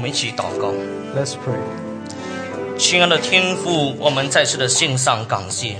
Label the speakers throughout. Speaker 1: 们一起祷告。
Speaker 2: Let's pray.
Speaker 1: 亲爱的天父，我们再次的献上感谢，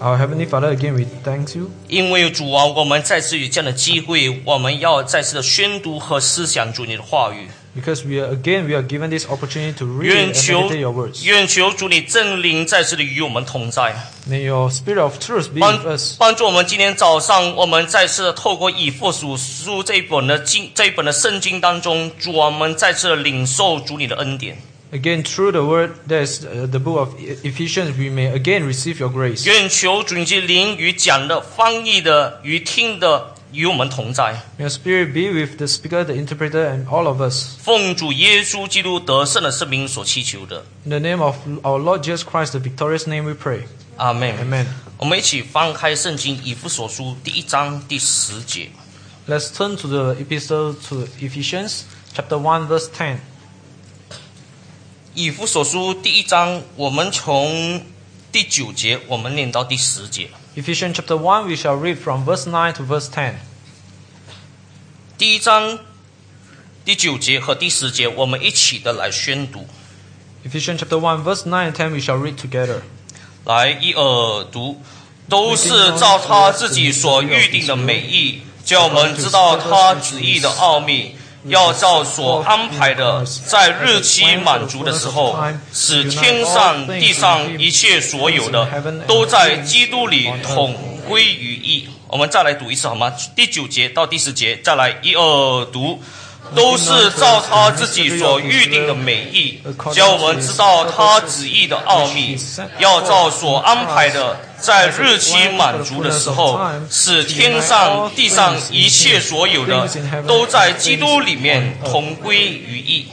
Speaker 2: Our Heavenly Father, again, we thank you
Speaker 1: 因为主啊，我们再次有这样的机会，我们要再次的宣读和思想主你的话语。
Speaker 2: because we are again we are given this opportunity to read
Speaker 1: 愿
Speaker 2: and
Speaker 1: 求
Speaker 2: meditate your words.
Speaker 1: 愿求主你真灵再次的与我们同在，
Speaker 2: May your spirit of truth be
Speaker 1: 帮
Speaker 2: with us.
Speaker 1: 帮助我们今天早上，我们再次的透过以弗所书这一本的经这一本的圣经当中，主啊我们再次的领受主你的恩典。
Speaker 2: Again, through the word, that is uh, the book of E- Ephesians, we may again receive your grace.
Speaker 1: 愿求主你的灵与讲的、翻译的、与听的与我们同在。
Speaker 2: May your spirit be with the speaker, the interpreter, and all of us.
Speaker 1: 奉主耶稣基督得胜的圣名所祈求的，
Speaker 2: In the name of our Lord Jesus Christ, the victorious name, we pray.
Speaker 1: 阿门。
Speaker 2: Amen.
Speaker 1: 我们一起翻开圣经以弗所书第一章第十节。
Speaker 2: Let's turn to the epistle to Ephesians, chapter 1, verse 10.
Speaker 1: 以弗所书第一章，我们从第九节我们念到第十节。
Speaker 2: Ephesians chapter 1, we shall read from verse 9 to verse 10.
Speaker 1: 第一章第九节和第十节，我们一起的来宣读。
Speaker 2: Ephesians chapter 1, verse 9 and 10, we shall read together.
Speaker 1: 来一耳读，都是照他自己所预定的美意，叫我们知道他旨意的奥秘，要照所安排的，在日期满足的时候，使天上地上一切所有的，都在基督里统归于一。我们再来读一次好吗？第九节到第十节，再来一二读。都是照他自己所预定的美意，叫我们知道他旨意的奥秘，要照所安排的，在日期满足的时候，使天上地上一切所有的，都在基督里面同归于一。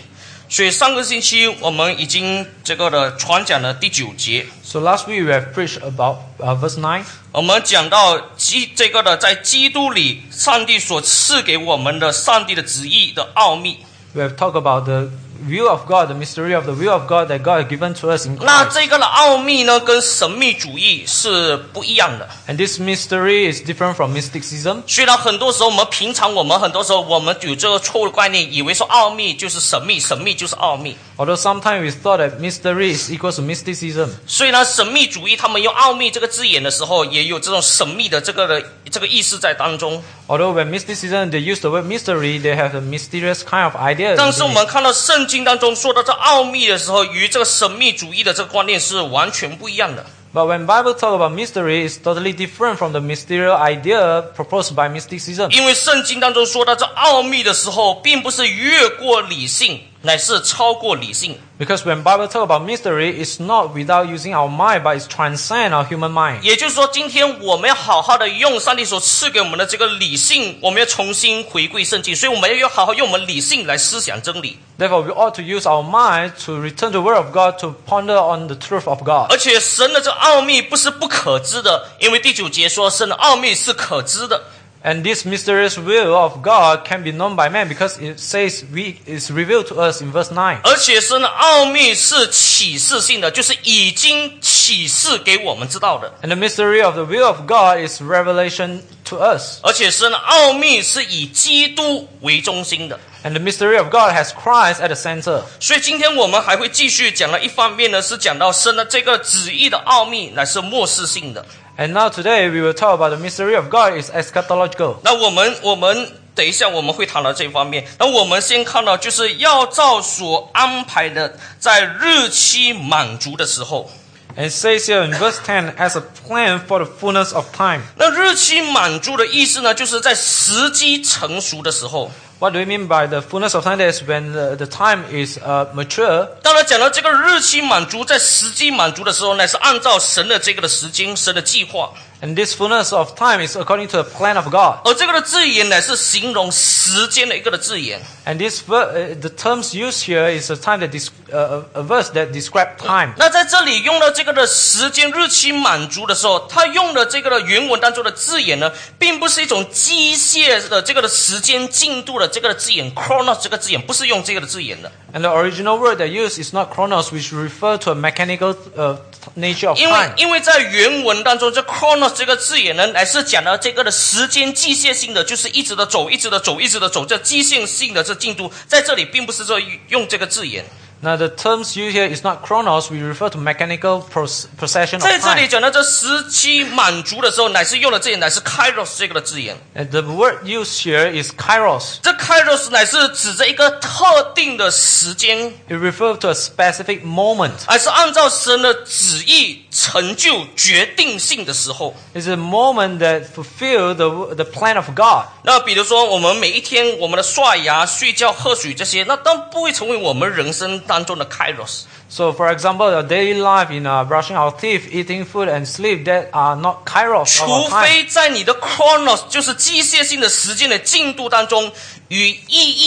Speaker 1: 所以上个星期我们已经这个的传讲了第九节，
Speaker 2: So last week we have preached about uh, verse 9.
Speaker 1: 我们讲到基这个的在基督里上帝所赐给我们的上帝的旨意的奥秘。
Speaker 2: We have talked about the will of God, the mystery of the will of God that God has given to us in
Speaker 1: 那
Speaker 2: Christ.
Speaker 1: 这个的奥秘呢，跟神秘主义是不一样的。
Speaker 2: And this mystery is different from mysticism.
Speaker 1: 虽然很多时候我们平常我们很多时候我们有这个错误的观念，以为说奥秘就是神秘，神秘就是奥秘。
Speaker 2: Although sometimes we thought that mystery is equal to mysticism.
Speaker 1: 虽然神秘主义他们用奥秘这个字眼的时候，也有这种神秘的这个的这个意思在当中。
Speaker 2: Although when mysticism they use the word mystery, they have a mysterious kind of idea.
Speaker 1: 但是我
Speaker 2: within it.
Speaker 1: 们看到圣经当中说到这奥秘的时候，与这个神秘主义的这个观念是完全不一样的。
Speaker 2: But when Bible talk about mystery, it's totally different from the mysterious idea proposed by mysticism.
Speaker 1: 因为圣经当中说到这奥秘的时候，并不是越过理性，乃是超过理性。
Speaker 2: Because when Bible talk about mystery, it's not without using our mind, but it's transcend our human mind.
Speaker 1: 也就是说，今天我们要好好的用上帝所赐给我们的这个理性，我们要重新回归圣经，所以我们要好好用我们理性来思想真理。
Speaker 2: Therefore, we ought to use our mind to return to the Word of God to ponder on the truth of God.
Speaker 1: 而且神的这奥秘不是不可知的，因为第九节说神的奥秘是可知的。
Speaker 2: And this mysterious will of God can be known by man because it says we is revealed to us in verse 9.
Speaker 1: 而且神的奥秘是启示性的，就是已经启示给我们知道的。
Speaker 2: And the mystery of the will of God is revelation to us.
Speaker 1: 而且神的奥秘是以基督为中心的。
Speaker 2: And the mystery of God has Christ at the center.
Speaker 1: 所以今天我们还会继续讲到一方面呢，是讲到神的这个旨意的奥秘乃是漠视性的。
Speaker 2: And now today we will talk about the mystery of God is eschatological.
Speaker 1: 那我们我们等一下我们会谈到这方面。那我们先看到就是要照所安排的，在日期满足的时候，
Speaker 2: And it says here in verse 10 as a plan for the fullness of time.
Speaker 1: 那日期满足的意思呢，就是在时机成熟的时候。
Speaker 2: What do you mean by the fullness of time? That is when the, the time is uh, mature.
Speaker 1: 当然，讲到这个日期满足，在时机满足的时候呢，是按照神的这个的时间、神的计划，
Speaker 2: And this fullness of time is according to the plan of God.
Speaker 1: 而这个的字眼呢，是形容时间的一个的字眼。
Speaker 2: And this ver- uh, the terms used here is a time that dis- uh, a a verse that describe time.
Speaker 1: 那在这里用到这个的时间日期满足的时候，他用的这个的原文当中的字眼呢，并不是一种机械的这个的时间进度的这个的字眼 （chronos） 这个字眼，不是用这个的字眼的，
Speaker 2: And the original word that used is not chronos, which refer to a mechanical uh, t- nature of
Speaker 1: 因为
Speaker 2: time.
Speaker 1: 因为在原文当中，这 chronos 这个字眼呢，乃是讲了这个的时间机械性的，就是一直的走，一直的走，一直的走，这机械性的这进度，在这里并不是这用这个字眼，
Speaker 2: Now, the terms used here is not chronos. We refer to mechanical pros- procession of
Speaker 1: 在这里
Speaker 2: time.
Speaker 1: 讲到这时期满足的时候，乃是用了这乃是 kairos 这个的字眼。
Speaker 2: And the word used here is kairos.
Speaker 1: 这 kairos 乃是指着一个特定的时间，
Speaker 2: It refers to a specific moment.
Speaker 1: 而是按照神的旨意成就决定性的时候。
Speaker 2: It's a moment that fulfills the, the plan of God.
Speaker 1: 那比如说，我们每一天我们的刷牙、睡觉、喝水这些，那当不会成为我们人生当中的 kairos。
Speaker 2: So, for example, our daily life in uh, brushing our teeth, eating food, and sleep that are not kairos
Speaker 1: 除
Speaker 2: of our time.
Speaker 1: 非在你的 chronos 就是机械性的时间的进度当中与意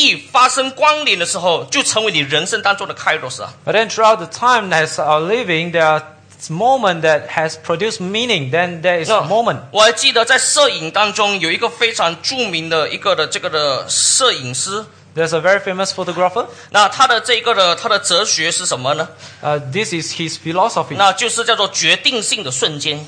Speaker 1: 义发生关联的时候，就成为你人生当中的 kairos 啊。
Speaker 2: But then throughout the time that's our living, there are moment that has produced meaning. Then there is
Speaker 1: 那
Speaker 2: a moment.
Speaker 1: 我还记得在摄影当中有一个非常著名的一个的这个的摄影师，
Speaker 2: There's a very famous photographer.
Speaker 1: 那他的这个的他的哲学是什么呢？
Speaker 2: Uh, this is his philosophy.
Speaker 1: 那就是叫做决定性的瞬间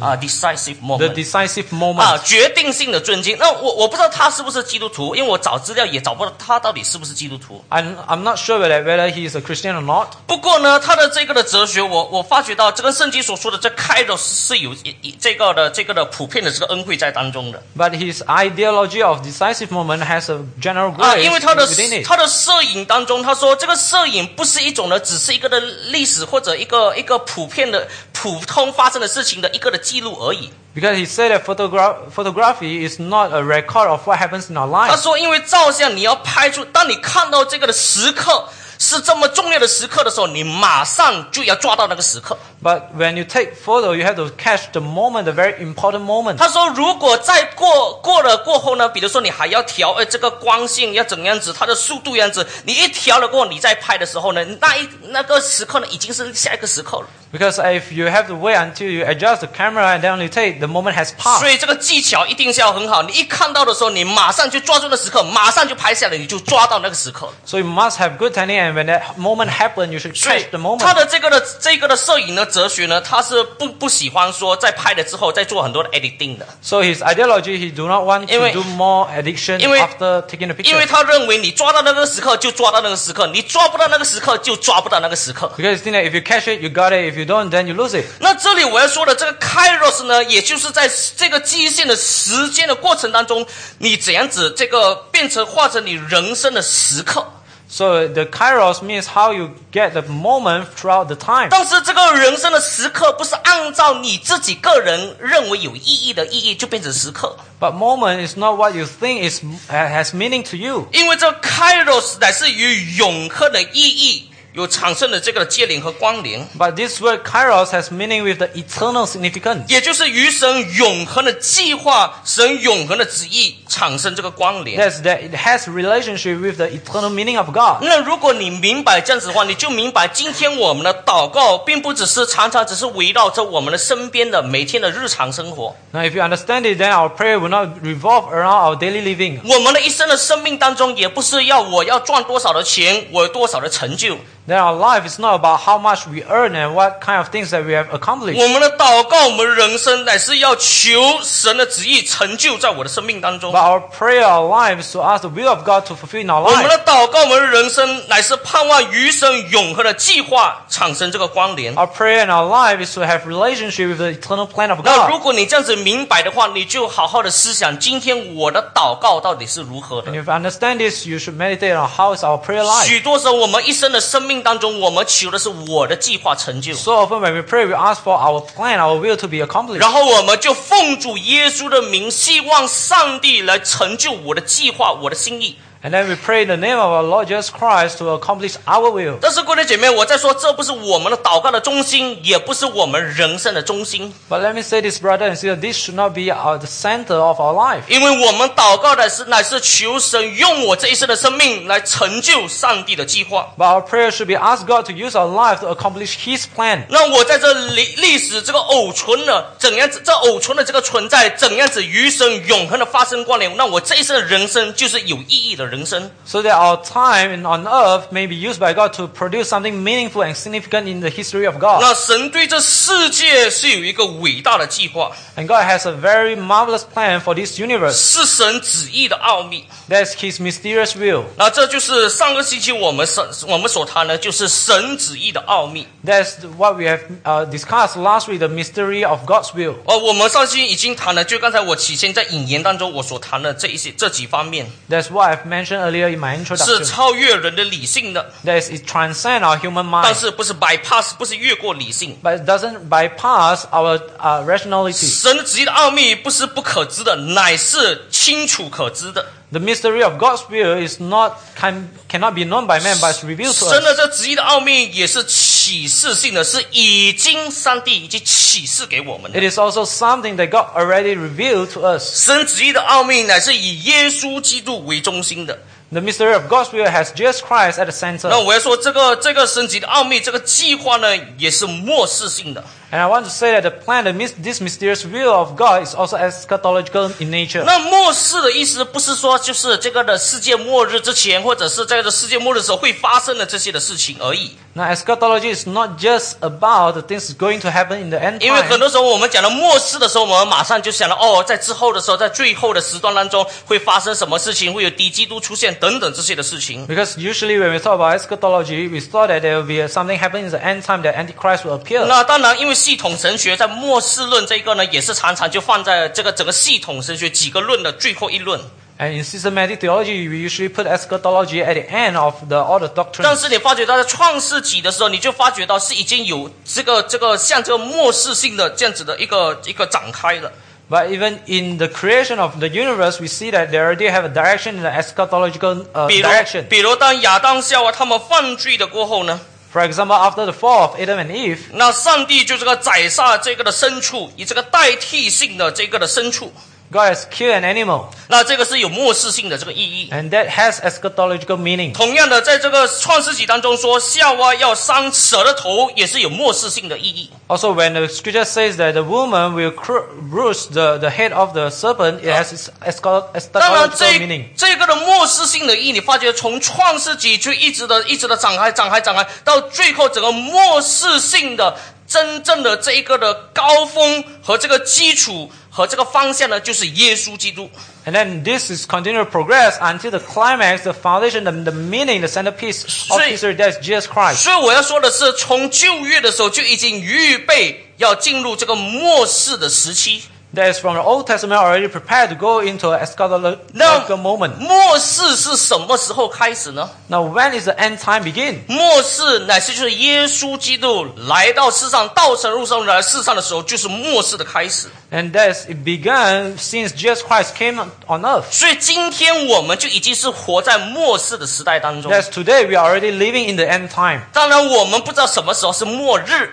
Speaker 1: 啊，decisive
Speaker 2: The
Speaker 1: Ah, moment。Ah,
Speaker 2: decisive moment.
Speaker 1: 啊，决定性的瞬间。那我我不知道他是不是基督徒，因为我找资料也找不到他到底是不是基督徒。
Speaker 2: I'm, I'm not sure whether, whether he is a Christian or not.
Speaker 1: 不过呢，他的这个的哲学，我我发觉到这跟圣经所说的这 kairos 是有一一这个的这个的普遍的这个恩惠在当中的
Speaker 2: But his ideology of decisive moment has a general
Speaker 1: 啊，
Speaker 2: grace
Speaker 1: 因为他的
Speaker 2: within it.
Speaker 1: 他的摄影当中，他说这个摄影不是一种呢，只是一个的历史或者一个一个普遍的普通发生的事情的一个的记录而已。
Speaker 2: Because he said that photogra- photography is not a record of what happens in our
Speaker 1: 他
Speaker 2: lives.
Speaker 1: 说，因为照相你要拍出，当你看到这个的时刻是这么重要的时刻的时候，你马上就要抓到那个时刻。
Speaker 2: But when you take photo, you have to catch the moment, the very important moment.
Speaker 1: 他说，如果再过过了过后呢，比如说你还要调，呃，这个光线要怎样子，它的速度样子，你一调了过后，你再拍的时候呢，那一那个时刻呢，已经是下一个时刻了。
Speaker 2: Because if you have to wait until you adjust the camera and then you take, the moment has
Speaker 1: 所
Speaker 2: passed.
Speaker 1: 以这个技巧一定是要很好。你一看到的时候，你马上就抓住那时刻，马上就拍下来，你就抓到那个时刻了。
Speaker 2: So you must have good technique, and when that moment happens, you should
Speaker 1: 所以
Speaker 2: catch the moment.
Speaker 1: 他的这个的这个的摄影的哲学呢，他是不不喜欢说在拍了之后再做很多的 editing 的，
Speaker 2: So his ideology, he do not want
Speaker 1: 因为-
Speaker 2: to do more addiction
Speaker 1: 因为-
Speaker 2: after taking the
Speaker 1: 因为
Speaker 2: picture.
Speaker 1: 他认为你抓到那个时刻就抓到那个时刻，你抓不到那个时刻就抓不到那个时刻。
Speaker 2: Because you think that if you catch it, you got it. If you don't, then you lose it.
Speaker 1: 那这里我要说的这个 kairos 呢，也就是在这个基线的时间的过程当中，你怎样子这个变成化成你人生的时刻。
Speaker 2: So the kairos means how you get the moment throughout the time.
Speaker 1: 但是这个人生的时刻不是按照你自己个人认为有意义的意义就变成时刻，
Speaker 2: But moment is not what you think is has meaning to you.
Speaker 1: 因为这个 kairos 乃是与永恒的意义有产生的这个接连和关联，
Speaker 2: But this word kairos has meaning with the eternal significance.
Speaker 1: 也就是与神永恒的计划、神永恒的旨意产生这个关联。
Speaker 2: That's that it has relationship with the eternal meaning of God.
Speaker 1: 那如果你明白这样子的话，你就明白今天我们的祷告并不只是常常只是围绕着我们的身边的每天的日常生活，
Speaker 2: Now, if you understand it, then our prayer will not revolve around our daily living.
Speaker 1: 我们的一生的生命当中也不是要我要赚多少的钱，我有多少的成就，
Speaker 2: Then our life is not about how much we earn and what kind of things that we have accomplished.
Speaker 1: 我们的祷告，我们人生乃是要求神的旨意成就在我的生命当中
Speaker 2: But。our prayer, our life is to ask the will of God to fulfill in our
Speaker 1: 我们
Speaker 2: life.
Speaker 1: 的祷告，我们的人生乃是盼望与神永恒的计划产生这个关联。
Speaker 2: Our prayer and our life is to have relationship with the eternal plan of
Speaker 1: 那如
Speaker 2: God.
Speaker 1: 果你这样子明白的话，你就好好的思想今天我的祷告到底是如何的
Speaker 2: And。if you understand this, you should meditate on how is our prayer life.
Speaker 1: 许多时候，我们一生的生命当中，我们求的是我的计划成就，
Speaker 2: So often when we pray, we ask for our plan, our will to be accomplished.
Speaker 1: 然后我们就奉主耶稣的名，希望上帝来成就我的计划，我的心意。
Speaker 2: And then we pray in the name of our Lord Jesus Christ to accomplish our will.
Speaker 1: 但是，各位姐妹，我在说，这不是我们的祷告的中心，也不是我们人生的中心，
Speaker 2: But let me say this, brother and sister, this should not be our, the center of our life.
Speaker 1: 因为我们祷告的是乃是求神用我这一生的生命来成就上帝的计划。
Speaker 2: But our prayer should be ask God to use our life to accomplish His plan.
Speaker 1: 那我在这历历史这个偶存的怎样子，这偶存的这个存在怎样子与神永恒的发生关联，那我这一生的人生就是有意义的人生。
Speaker 2: so that our time on earth may be used by God to produce something meaningful and significant in the history of God.
Speaker 1: 那神对这世界是有一个伟大的计划，
Speaker 2: And God has a very marvelous plan for this universe.
Speaker 1: 是神旨意的奥秘。
Speaker 2: That's His mysterious will.
Speaker 1: 那这就是上个星期我们所我们所谈的，就是神旨意的奥秘。
Speaker 2: That's what we have uh, discussed last week the mystery of God's will.
Speaker 1: 而哦我们上星期已经谈了，就刚才我起先在引言当中我所谈的这一些这几方面，
Speaker 2: That's what I've mentioned earlier in my
Speaker 1: 是
Speaker 2: introduction.
Speaker 1: 超越人的理性的，
Speaker 2: That is, it transcends our human
Speaker 1: 但
Speaker 2: mind,
Speaker 1: 是不是 bypass，不是越过理性。
Speaker 2: but it doesn't bypass our uh, rationality.
Speaker 1: 神旨意的奥秘不是不可知的，乃是清楚可知的。
Speaker 2: The mystery of God's will is not can, cannot be known by man, but it's revealed to
Speaker 1: 神
Speaker 2: us.
Speaker 1: 的这旨意的奥秘也是启示性的，是已经上帝已经启示给我们的
Speaker 2: It。is also something that God already revealed to us.
Speaker 1: 神旨意的奥秘乃是以耶稣基督为中心的。
Speaker 2: The mystery of God's will has Jesus Christ at the center.
Speaker 1: 那我要说，这个这个神旨意的奥秘，这个计划呢，也是漠视性的。
Speaker 2: And I want to say that the plan, the mys- this mysterious will of God is also eschatological in nature.
Speaker 1: 那末世的意思不是说就是这个的世界末日之前，或者是在这世界末日的时候会发生的这些的事情而已。
Speaker 2: Now, eschatology is not just about the things going to happen in the end
Speaker 1: 因为很
Speaker 2: time.
Speaker 1: 多时候我们讲到末世的时候，我们马上就想到哦，在之后的时候，在最后的时段当中会发生什么事情，会有敌基督出现等等这些的事 情。
Speaker 2: Because usually when we talk about eschatology, we thought that there will be something happening in the end time that Antichrist will appear.
Speaker 1: 那当然，因为系统神学在末世论这一个呢，也是常常就放在这个整个系统神学几个论的最后一论。
Speaker 2: And in systematic theology, we usually put eschatology at the end of the all the
Speaker 1: 但
Speaker 2: doctrines.
Speaker 1: 是你发觉到在创世纪的时候，你就发觉到是已经有这个这个像这个末世性的这样子的一个一个展开了。
Speaker 2: But even in the creation of the universe, we see that they already have a direction in the eschatological uh,
Speaker 1: 比如
Speaker 2: direction.
Speaker 1: 比如当亚当夏娃他们犯罪的过后呢，
Speaker 2: For example, after the fall of Adam and Eve,
Speaker 1: 那上帝就这个宰杀这个的牲畜，以这个代替性的这个的牲畜，
Speaker 2: God has killed an animal,
Speaker 1: 那这个是有末世性的这个意义。
Speaker 2: and that has eschatological meaning.
Speaker 1: 同样的，在这个创世纪当中说夏娃要伤蛇的头，也是有末世性的意义。
Speaker 2: Also, when the scripture says that the woman will cru- bruise the, the head of the serpent, it has its escha-
Speaker 1: 当然
Speaker 2: eschatological
Speaker 1: 这，
Speaker 2: meaning.
Speaker 1: 这个的末世性的意义，你发觉从创世纪就一直的、一直的展开、展开、展开，到最后整个末世性的真正的这一个的高峰和这个基础和这个方向呢，就是耶稣基督。
Speaker 2: And then this is continual progress until the climax, the foundation, the, the meaning, the centerpiece of
Speaker 1: 所以-
Speaker 2: history, that's Jesus Christ.
Speaker 1: 所以我要说的是，从旧约的时候就已经预备要进入这个末世的时期。
Speaker 2: That is from the Old Testament already prepared to go into an eschatological
Speaker 1: No.
Speaker 2: moment.
Speaker 1: 末世是什么时候开始呢？
Speaker 2: Now, when is the end time begin?
Speaker 1: 末世乃是就是耶稣基督来到世上，道成肉身来世上的时候，就是末世的开始。
Speaker 2: And that's it began since Jesus Christ came on earth.
Speaker 1: 所以今天我们就已经是活在末世的时代当中。
Speaker 2: That's today we are already living in the end time.
Speaker 1: 当然，我们不知道什么时候是末日，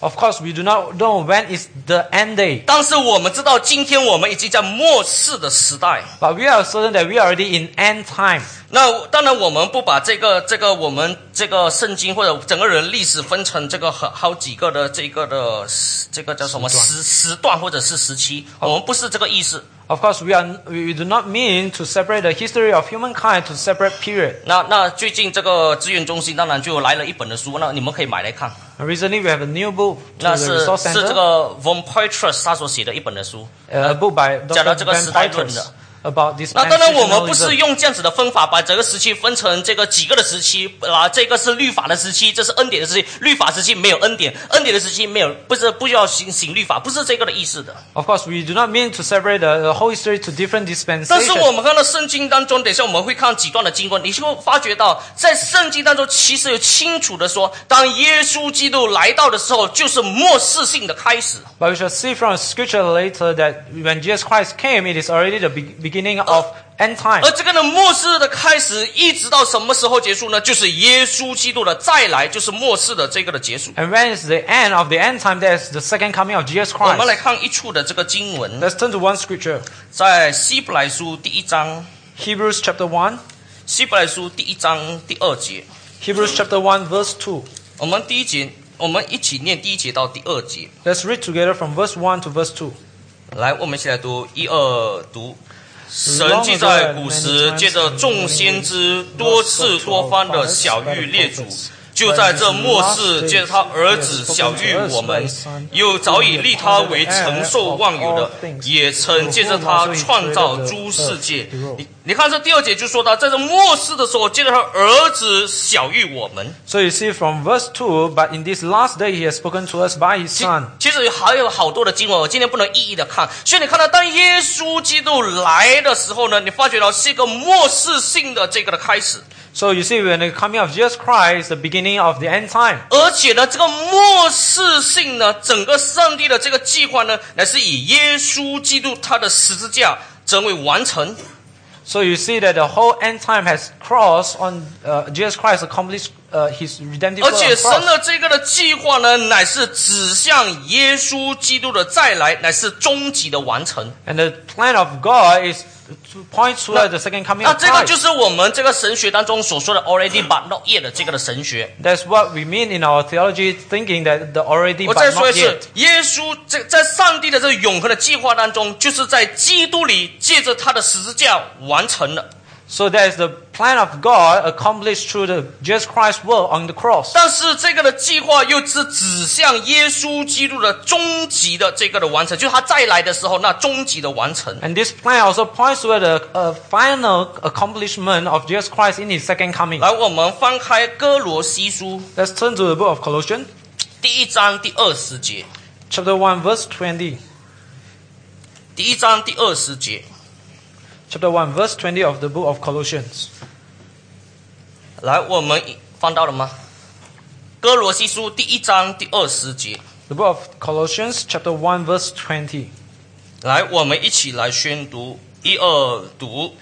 Speaker 2: Of course, we do not know when is the end day.
Speaker 1: 但是我们知道今天我们已经在末世的时代。
Speaker 2: But we are certain that we are already in end time.
Speaker 1: 那当然，我们不把这个这个我们这个圣经或者整个人历史分成这个好好几个的这个的这个叫什么时时段或者是时期，我们不是这个意思。
Speaker 2: Of course, we, are, we do not mean to separate the history of humankind to separate period.
Speaker 1: 那那最近这个资源中心当然就来了一本的书，那你们可以买来看，
Speaker 2: And recently, we have a new book to
Speaker 1: 那
Speaker 2: the
Speaker 1: 是是
Speaker 2: Resource
Speaker 1: 这
Speaker 2: Center,
Speaker 1: 个 Von Petrus 他所写的一本的书。
Speaker 2: a book by Dr.
Speaker 1: 讲到这个
Speaker 2: Ben
Speaker 1: 时代论的。
Speaker 2: Peters about this
Speaker 1: 那当然，我们不是
Speaker 2: transitionalism.
Speaker 1: 用这样子的分法把整个时期分成这个几个的时期啊，这个是律法的时期，这是恩典的时期，律法时期没有恩典，恩典的时期没有，不是不需要行行律法，不是这个的意思的。
Speaker 2: Of course, we do not mean to separate the, the whole history to different
Speaker 1: 但是我
Speaker 2: dispensations.
Speaker 1: 们看到圣经当中，等一下我们会看几段的经文，你就会发觉到，在圣经当中其实有清楚的说，当耶稣基督来到的时候，就是末世性的开始。
Speaker 2: But we shall see from scripture later that when Jesus Christ came, it is already the be- beginning of end time.
Speaker 1: 而这个呢，末世的开始，一直到什么时候结束呢？就是耶稣基督的再来，就是末世的这个的结束。
Speaker 2: And when is the end of the end time? That's the second coming of Jesus
Speaker 1: 我们来
Speaker 2: Christ.
Speaker 1: 看一处的这个经文，
Speaker 2: Let's turn to one scripture.
Speaker 1: 在希伯来书第一章，
Speaker 2: Hebrews chapter 1.
Speaker 1: 希伯来书第一章第二节，
Speaker 2: Hebrews chapter 1 verse 2.
Speaker 1: 我们第一节，我们一起念第一节到第二节。
Speaker 2: Let's read together from verse 1 to verse 2.
Speaker 1: 来，我们一起来读一二读。神记在古时，借着众先知多次多番的小玉列祖，就在这末世借着他儿子小玉我们，又早已立他为承受万有的，也曾借着他创造诸世界。你你看这第二节就说到，在这末世的时候，借着他儿子小玉我们。
Speaker 2: So you see from verse 2, but in this last day he has spoken to us by his
Speaker 1: 其
Speaker 2: son.
Speaker 1: 其实还有好多的经文，我今天不能一一的看。所以你看到，当耶稣基督来的时候呢，你发觉到是一个末世性的这个的开始，
Speaker 2: So you see when the coming of Jesus Christ, the beginning of the end time.
Speaker 1: 而且呢，这个末世性呢，整个上帝的这个计划呢，乃是以耶稣基督他的十字架成为完成。
Speaker 2: So you see that the whole end time has crossed on uh, Jesus Christ accomplished uh, his redemptive
Speaker 1: 而
Speaker 2: work. on
Speaker 1: 且神
Speaker 2: cross.
Speaker 1: 的这个的计划呢，乃是指向耶稣基督的再来，乃是终极的完成。
Speaker 2: And the plan of God is to point toward the second coming
Speaker 1: 那
Speaker 2: of
Speaker 1: 啊这个
Speaker 2: Christ.
Speaker 1: 就是我们这个神学当中所说的 already but not yet 的这个的神学。
Speaker 2: That's what we mean in our theology, thinking that the already
Speaker 1: 我
Speaker 2: but
Speaker 1: 再说一
Speaker 2: not
Speaker 1: 次
Speaker 2: yet.，
Speaker 1: 耶稣这在上帝的这个永恒的计划当中，就是在基督里借着他的十字架完成了。
Speaker 2: So that is the plan of God accomplished through the Jesus Christ's work on the cross.
Speaker 1: 但是这个的计划又是指向耶稣基督的终极的这个的完成，就是他再来的时候那终极的完成。
Speaker 2: And this plan also points toward the uh, final accomplishment of Jesus Christ in his second coming.
Speaker 1: 来，我们翻开哥罗西书
Speaker 2: Let's turn to the book of Colossians,
Speaker 1: 第一章第二十节，
Speaker 2: chapter 1, verse 20.
Speaker 1: 第一章第二十节，
Speaker 2: Chapter 1, verse 20 of the book of Colossians.
Speaker 1: 来，我们翻到了吗？哥罗西书第一章第二十节，
Speaker 2: The book of Colossians, chapter 1, verse 20.
Speaker 1: 来，我们一起来宣读一二读。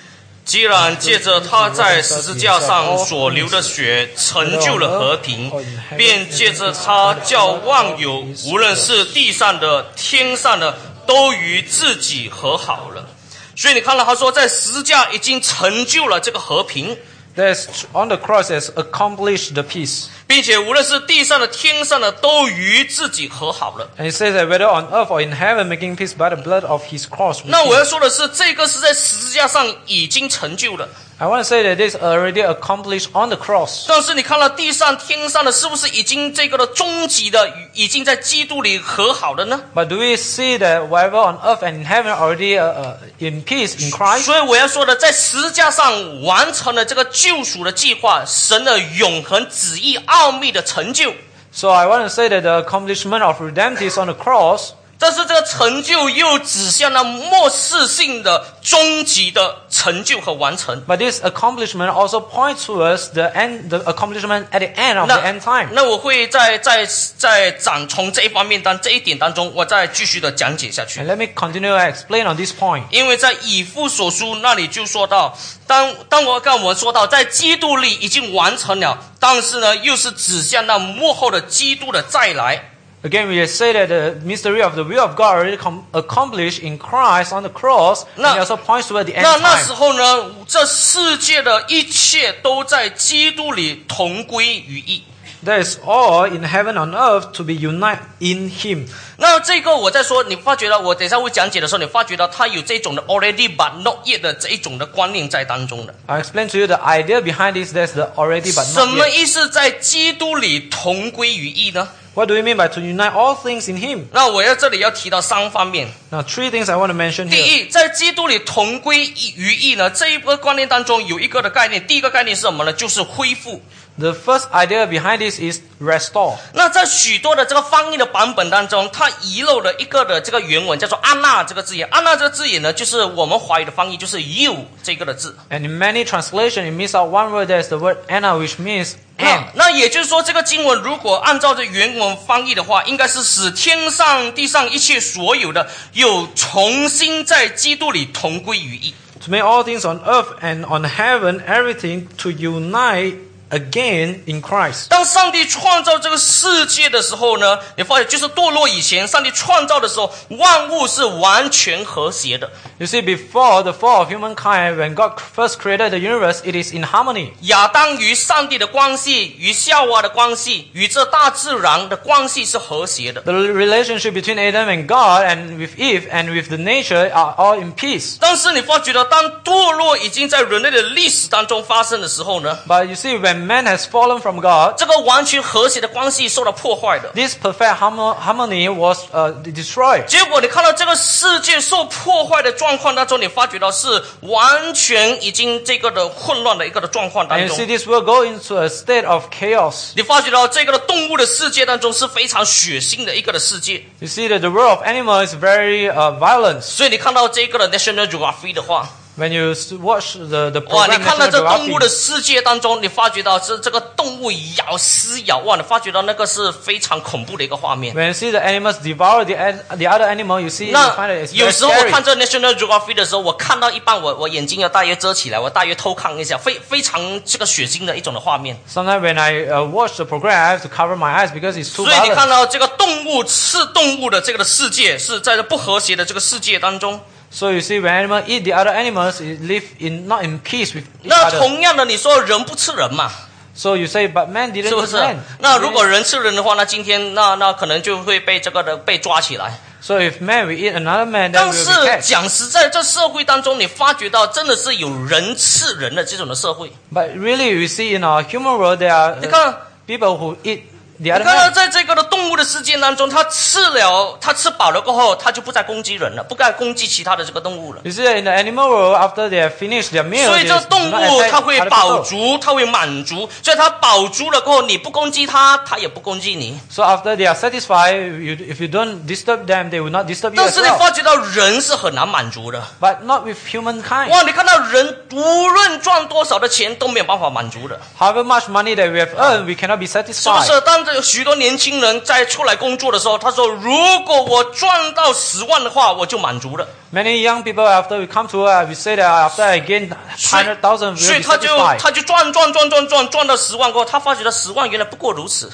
Speaker 1: 既然借着他在十字架上所流的血成就了和平，便借着他叫万有，无论是地上的、天上的，都与自己和好了。所以你看到他说，在十字架已经成就了这个和平，
Speaker 2: That's on the cross has accomplished the peace.
Speaker 1: 并且无论是地上的、天上的，都与自己和好了。
Speaker 2: And it says that whether on earth or in heaven, making peace by the blood of his cross. with
Speaker 1: 那我
Speaker 2: him.
Speaker 1: 要说的是，这个是在十字架上已经成就了。
Speaker 2: I want to say that this already accomplished on the cross.
Speaker 1: 但是你看到地上、天上的，是不是已经这个的终极的，已经在基督里和好了呢？
Speaker 2: But do we see that whatever on earth and in heaven already uh, uh, in peace in Christ?
Speaker 1: 所以我要说的，在十字架上完成了这个救赎的计划，神的永恒旨意奥秘的成就。
Speaker 2: So I want to say that the accomplishment of redemption is on the cross,
Speaker 1: 但是这个成就又指向了末世性的终极的成就和完成。
Speaker 2: but this accomplishment also points to us the end, the accomplishment at the end of
Speaker 1: 那
Speaker 2: the end time.
Speaker 1: 那我会在在在展从这一方面当这一点当中，我再继续的讲解下去
Speaker 2: And。let me continue to explain on this point.
Speaker 1: 因为在以父所书那里就说到，当当我跟我们说到，在基督里已经完成了，但是呢，又是指向那幕后的基督的再来。
Speaker 2: Again, we say that the mystery of the will of God already com- accomplished in Christ on the cross,
Speaker 1: No.
Speaker 2: and it also points toward the end
Speaker 1: 那那时
Speaker 2: time.
Speaker 1: 候呢，这世界的一切都在基督里同归于一。
Speaker 2: That is all in heaven and earth to be united in Him.
Speaker 1: 那这个我在说，你发觉到我等一下会讲解的时候，你发觉到它有这种的 already but not yet 的这一种的观念在当中的。
Speaker 2: I explained to you the idea behind this. That's the already but
Speaker 1: 什
Speaker 2: not
Speaker 1: 么
Speaker 2: yet.
Speaker 1: 意思在基督里同归于一呢？
Speaker 2: What do we mean by to unite all things in Him?
Speaker 1: 那我要这里要提到三方面。
Speaker 2: Now, three things I want to mention
Speaker 1: 第一，
Speaker 2: here.
Speaker 1: 在基督里同归于一呢，这一个观念当中有一个的概念，第一个概念是什么呢？就是恢复。
Speaker 2: The first idea behind this is restore.
Speaker 1: 那在许多的这个翻译的版本当中，它遗漏了一个的这个原文，叫做“安娜”这个字眼。“安娜”这个字眼呢，就是我们华语的翻译，就是 “you” 这个的字。
Speaker 2: And in many translations, it misses out one word. That's the word Anna, which means
Speaker 1: 那
Speaker 2: and.
Speaker 1: 那也就是说，这个经文如果按照这原文翻译的话，应该是使天上地上一切所有的有重新在基督里同归于一。
Speaker 2: To make all things on earth and on heaven, everything to unite again in Christ.
Speaker 1: 当上帝创造这个世界的时候呢，你发现就是堕落以前，上帝创造的时候，万物是完全和谐的。
Speaker 2: You see, before the fall of humankind, when God first created the universe, it is in harmony.
Speaker 1: 亚当与上帝的关系，与夏娃的关系，与这大自然的关系是和谐的。
Speaker 2: The relationship between Adam and God and with Eve and with the nature are all in peace.
Speaker 1: 但是你发觉到，当堕落已经在人类的历史当中发生的时候呢，
Speaker 2: But you see, when man has fallen from God,
Speaker 1: 这个完全和谐的关系受到破坏的。
Speaker 2: this perfect harmo- harmony was uh, destroyed.
Speaker 1: 结果你看到这个世界受破坏的状况当中，你发觉到是完全已经这个的混乱的一个的状况
Speaker 2: And
Speaker 1: 当
Speaker 2: you see,
Speaker 1: 中。
Speaker 2: this will go into a state of chaos.
Speaker 1: 你发觉到这个的动物的世界当中是非常血腥的一个的世界，
Speaker 2: You see that the world of animal is very uh, violent.
Speaker 1: 所以你看到这个的 National Geographic 的话，
Speaker 2: When you s- watch the Oh, the
Speaker 1: 哇，
Speaker 2: program,
Speaker 1: 你看到
Speaker 2: National
Speaker 1: 这动物的
Speaker 2: Geographic,
Speaker 1: 世界当中，你发觉到这这个动物咬撕咬，哇，你发觉到那个是非常恐怖的一个画面。
Speaker 2: when you see the animals devour the an- the other animal, you see you
Speaker 1: 那
Speaker 2: find that it's
Speaker 1: 有
Speaker 2: very
Speaker 1: 时候我
Speaker 2: scary.
Speaker 1: 看这 National Geographic 的时候，我看到一半我，我眼睛要啊大约遮起来，我大约偷看一下，非非常这个血腥的一种的画面。
Speaker 2: Sometimes when I uh, watch the program, I have to cover my eyes because it's too
Speaker 1: 所以你
Speaker 2: violent.
Speaker 1: 看到这个动物吃动物的这个的世界，是在这不和谐的这个世界当中。
Speaker 2: So you see, when animal eat the other animals, it live in not in peace with each
Speaker 1: 那
Speaker 2: other.
Speaker 1: 同样的，你说人不吃人嘛，
Speaker 2: So you say, but man
Speaker 1: 是
Speaker 2: didn't
Speaker 1: 不
Speaker 2: eat
Speaker 1: 是
Speaker 2: man.？
Speaker 1: 那
Speaker 2: He
Speaker 1: 如
Speaker 2: didn't-
Speaker 1: 果人吃人的话，那今天那那可能就会被这个的被抓起来。
Speaker 2: So if man we eat another man, then
Speaker 1: 但
Speaker 2: we
Speaker 1: 是
Speaker 2: will be catch.
Speaker 1: 讲实在，这社会当中，你发觉到真的是有人吃人的这种的社会。
Speaker 2: But really, we see in our human world there are
Speaker 1: 你
Speaker 2: uh,
Speaker 1: 看，
Speaker 2: people who eat the
Speaker 1: 你
Speaker 2: other
Speaker 1: 看到啊
Speaker 2: man.
Speaker 1: 在这个的动物的世界当中，它吃了，它吃饱了过后，它就不再攻击人了，不再攻击其他的这个动物了。
Speaker 2: You see that in the animal world, after they have finished their meal,
Speaker 1: 所以
Speaker 2: they
Speaker 1: 这
Speaker 2: do
Speaker 1: 动
Speaker 2: not
Speaker 1: 物
Speaker 2: attack
Speaker 1: 它会
Speaker 2: other
Speaker 1: 饱
Speaker 2: people.
Speaker 1: 足，它会满足，所以它饱足了过后，你不攻击它，它也不攻击你。
Speaker 2: So after they are satisfied, you, if you don't disturb them, they will not disturb you
Speaker 1: 但
Speaker 2: as
Speaker 1: 是你
Speaker 2: well.
Speaker 1: 发觉到人是很难满足的，
Speaker 2: But not with humankind.
Speaker 1: 哇！你看到人无论赚多少的钱都没有办法满足的，
Speaker 2: However much money that we have earned, we cannot be
Speaker 1: 是不
Speaker 2: satisfied.
Speaker 1: 是？当这有许多年轻人在出来工作的时候，他说：“如果我赚到十万的话，我就满足了。”
Speaker 2: Many young people, after we come to work, we say that after I gain
Speaker 1: 所以
Speaker 2: 100,000, we
Speaker 1: 所
Speaker 2: will
Speaker 1: 以
Speaker 2: be
Speaker 1: 他就
Speaker 2: satisfied.
Speaker 1: 他就赚赚赚赚赚赚到十万过后，他发觉到十万原来不过如此。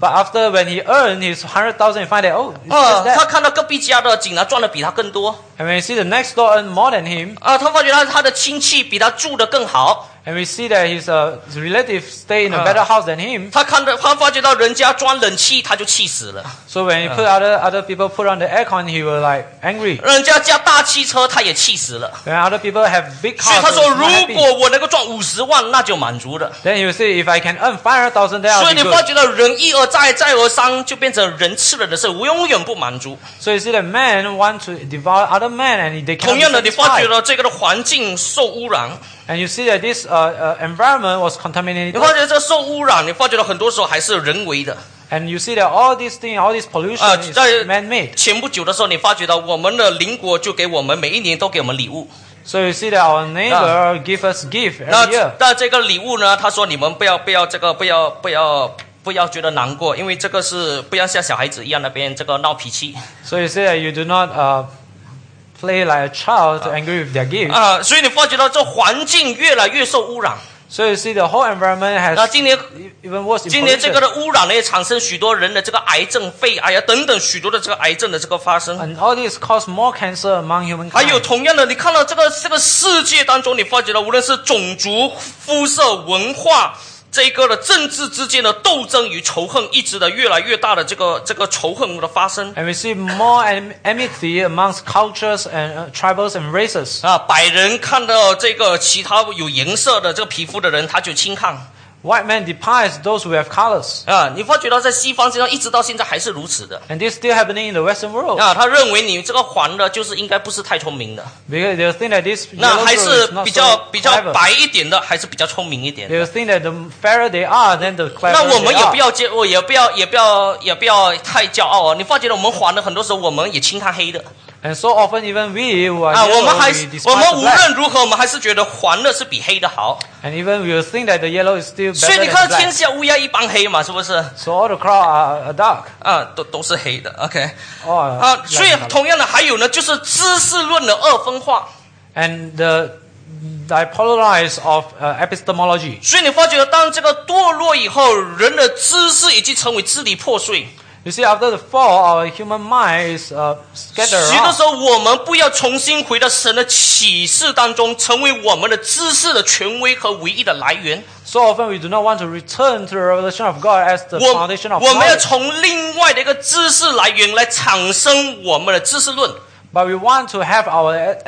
Speaker 2: But after when he earned his 100,000, he find that, oh, it's
Speaker 1: 啊
Speaker 2: just，
Speaker 1: 他
Speaker 2: that.
Speaker 1: 看到隔壁家的竟然赚的比他更多
Speaker 2: And when you see the next door earn more than him,
Speaker 1: 啊，他发觉他他的亲戚比他住的更好，
Speaker 2: and we see that his, uh, his relative stay in a
Speaker 1: Ah.
Speaker 2: better house than him,
Speaker 1: 他看到他发觉到人家装冷气，他就气死了；
Speaker 2: so when he put other, other people put on the aircon, he will like angry.
Speaker 1: 人家加大汽车，他也气死了。
Speaker 2: When other people have big
Speaker 1: 所以
Speaker 2: cars,
Speaker 1: 他
Speaker 2: they
Speaker 1: 说，
Speaker 2: will not
Speaker 1: 如
Speaker 2: happy.
Speaker 1: 果我能够赚五十万，那就满足了。
Speaker 2: Then you see if I can earn five hundred thousand, then
Speaker 1: 所以
Speaker 2: I'll be
Speaker 1: 你发
Speaker 2: good.
Speaker 1: 觉到人一而再再而三，就变成人吃了的事，永远不满足。
Speaker 2: So you see that men want to devour other men, and they
Speaker 1: 同样的，
Speaker 2: cannot
Speaker 1: 你
Speaker 2: be
Speaker 1: 发觉
Speaker 2: satisfied.
Speaker 1: 到这个的环境受污染，
Speaker 2: And you see that this uh, uh, environment was
Speaker 1: 你
Speaker 2: contaminated,
Speaker 1: 发觉这受污染，你发觉到很多时候还是人为的。
Speaker 2: and you see that all these things, all this pollution
Speaker 1: 啊，
Speaker 2: is
Speaker 1: 在
Speaker 2: man-made.
Speaker 1: 前不久的时候，你发觉到我们的邻国就给我们每一年都给我们礼物。
Speaker 2: So you see that our neighbor give us gift
Speaker 1: 那
Speaker 2: every year.
Speaker 1: 那这个礼物呢？他说你们不要不要这个不要不要不要觉得难过，因为这个是不要像小孩子一样那边这个闹脾气
Speaker 2: So you see that you do not uh, play like a child angry with their gift.
Speaker 1: 啊、所以你发觉到这环境越来越受污染。
Speaker 2: So you see the whole environment
Speaker 1: 那
Speaker 2: has
Speaker 1: 今年
Speaker 2: e- even worse in
Speaker 1: 今年这个
Speaker 2: pollution.
Speaker 1: 的污染呢，也产生许多人的这个癌症、肺癌啊等等许多的这个癌症的这个发生。
Speaker 2: And all this cause more cancer among
Speaker 1: 还有
Speaker 2: humankind.
Speaker 1: 同样的，你看到这个这个世界当中，你发觉到无论是种族、肤色、文化这个的政治之间的斗争与仇恨，一直的越来越大的这个这个仇恨的发生
Speaker 2: And we see more am- enmity amongst cultures and uh, tribals and races.
Speaker 1: 啊！白人看到这个其他有颜色的这个皮肤的人，他就轻看
Speaker 2: White men despise those who have colors.
Speaker 1: 啊！你发觉到在西方身上一直到现在还是如此的
Speaker 2: And this is still happening in the Western world
Speaker 1: 啊！他认为你这个黄的，就是应该不是太聪明的，
Speaker 2: because they think that this
Speaker 1: 那
Speaker 2: yellow
Speaker 1: 还
Speaker 2: girl
Speaker 1: 是
Speaker 2: is not
Speaker 1: 比较
Speaker 2: so
Speaker 1: 比较
Speaker 2: clever.
Speaker 1: 白一点的，还是比较聪明一点的
Speaker 2: They will think that the fairer they are, then the
Speaker 1: 那
Speaker 2: cleverer
Speaker 1: 我们
Speaker 2: they
Speaker 1: 也不
Speaker 2: are.
Speaker 1: 要骄，哦我也不要，也不要，也不要太骄傲哦。你发觉了，我们黄的很多时候我们也轻看黑的
Speaker 2: And so often even we who are
Speaker 1: 啊，我
Speaker 2: yellow,
Speaker 1: 们还
Speaker 2: we
Speaker 1: 是我
Speaker 2: despise
Speaker 1: 们
Speaker 2: the
Speaker 1: 无
Speaker 2: black.
Speaker 1: 论如何，我们还是觉得黄的是比黑的好。
Speaker 2: And even we will think that the yellow is still
Speaker 1: 所以
Speaker 2: better
Speaker 1: 你
Speaker 2: than
Speaker 1: 看，
Speaker 2: the
Speaker 1: 天
Speaker 2: black.
Speaker 1: 下乌鸦一般黑嘛，是不是？
Speaker 2: So all the crowd are, are dark.
Speaker 1: 啊，都都是黑的。OK，
Speaker 2: All are
Speaker 1: 啊，
Speaker 2: black
Speaker 1: 所以
Speaker 2: and dark.
Speaker 1: 同样的还有呢，就是知识论的二分化。
Speaker 2: And the dipolarize of uh, epistemology.
Speaker 1: 所以你发觉，当这个堕落以后，人的知识已经成为支离破碎。
Speaker 2: You see, after the fall, our human mind is uh, scattered
Speaker 1: 许多
Speaker 2: around.
Speaker 1: 时候，我们不要重新回到神的启示当中，成为我们的知识的权威和唯一的来源。
Speaker 2: So often we do not want to return to the revelation of God as the
Speaker 1: 我
Speaker 2: foundation of
Speaker 1: 我们要
Speaker 2: knowledge,
Speaker 1: 从另外的一个知识来源来产生我们的知识论。
Speaker 2: but we want to have our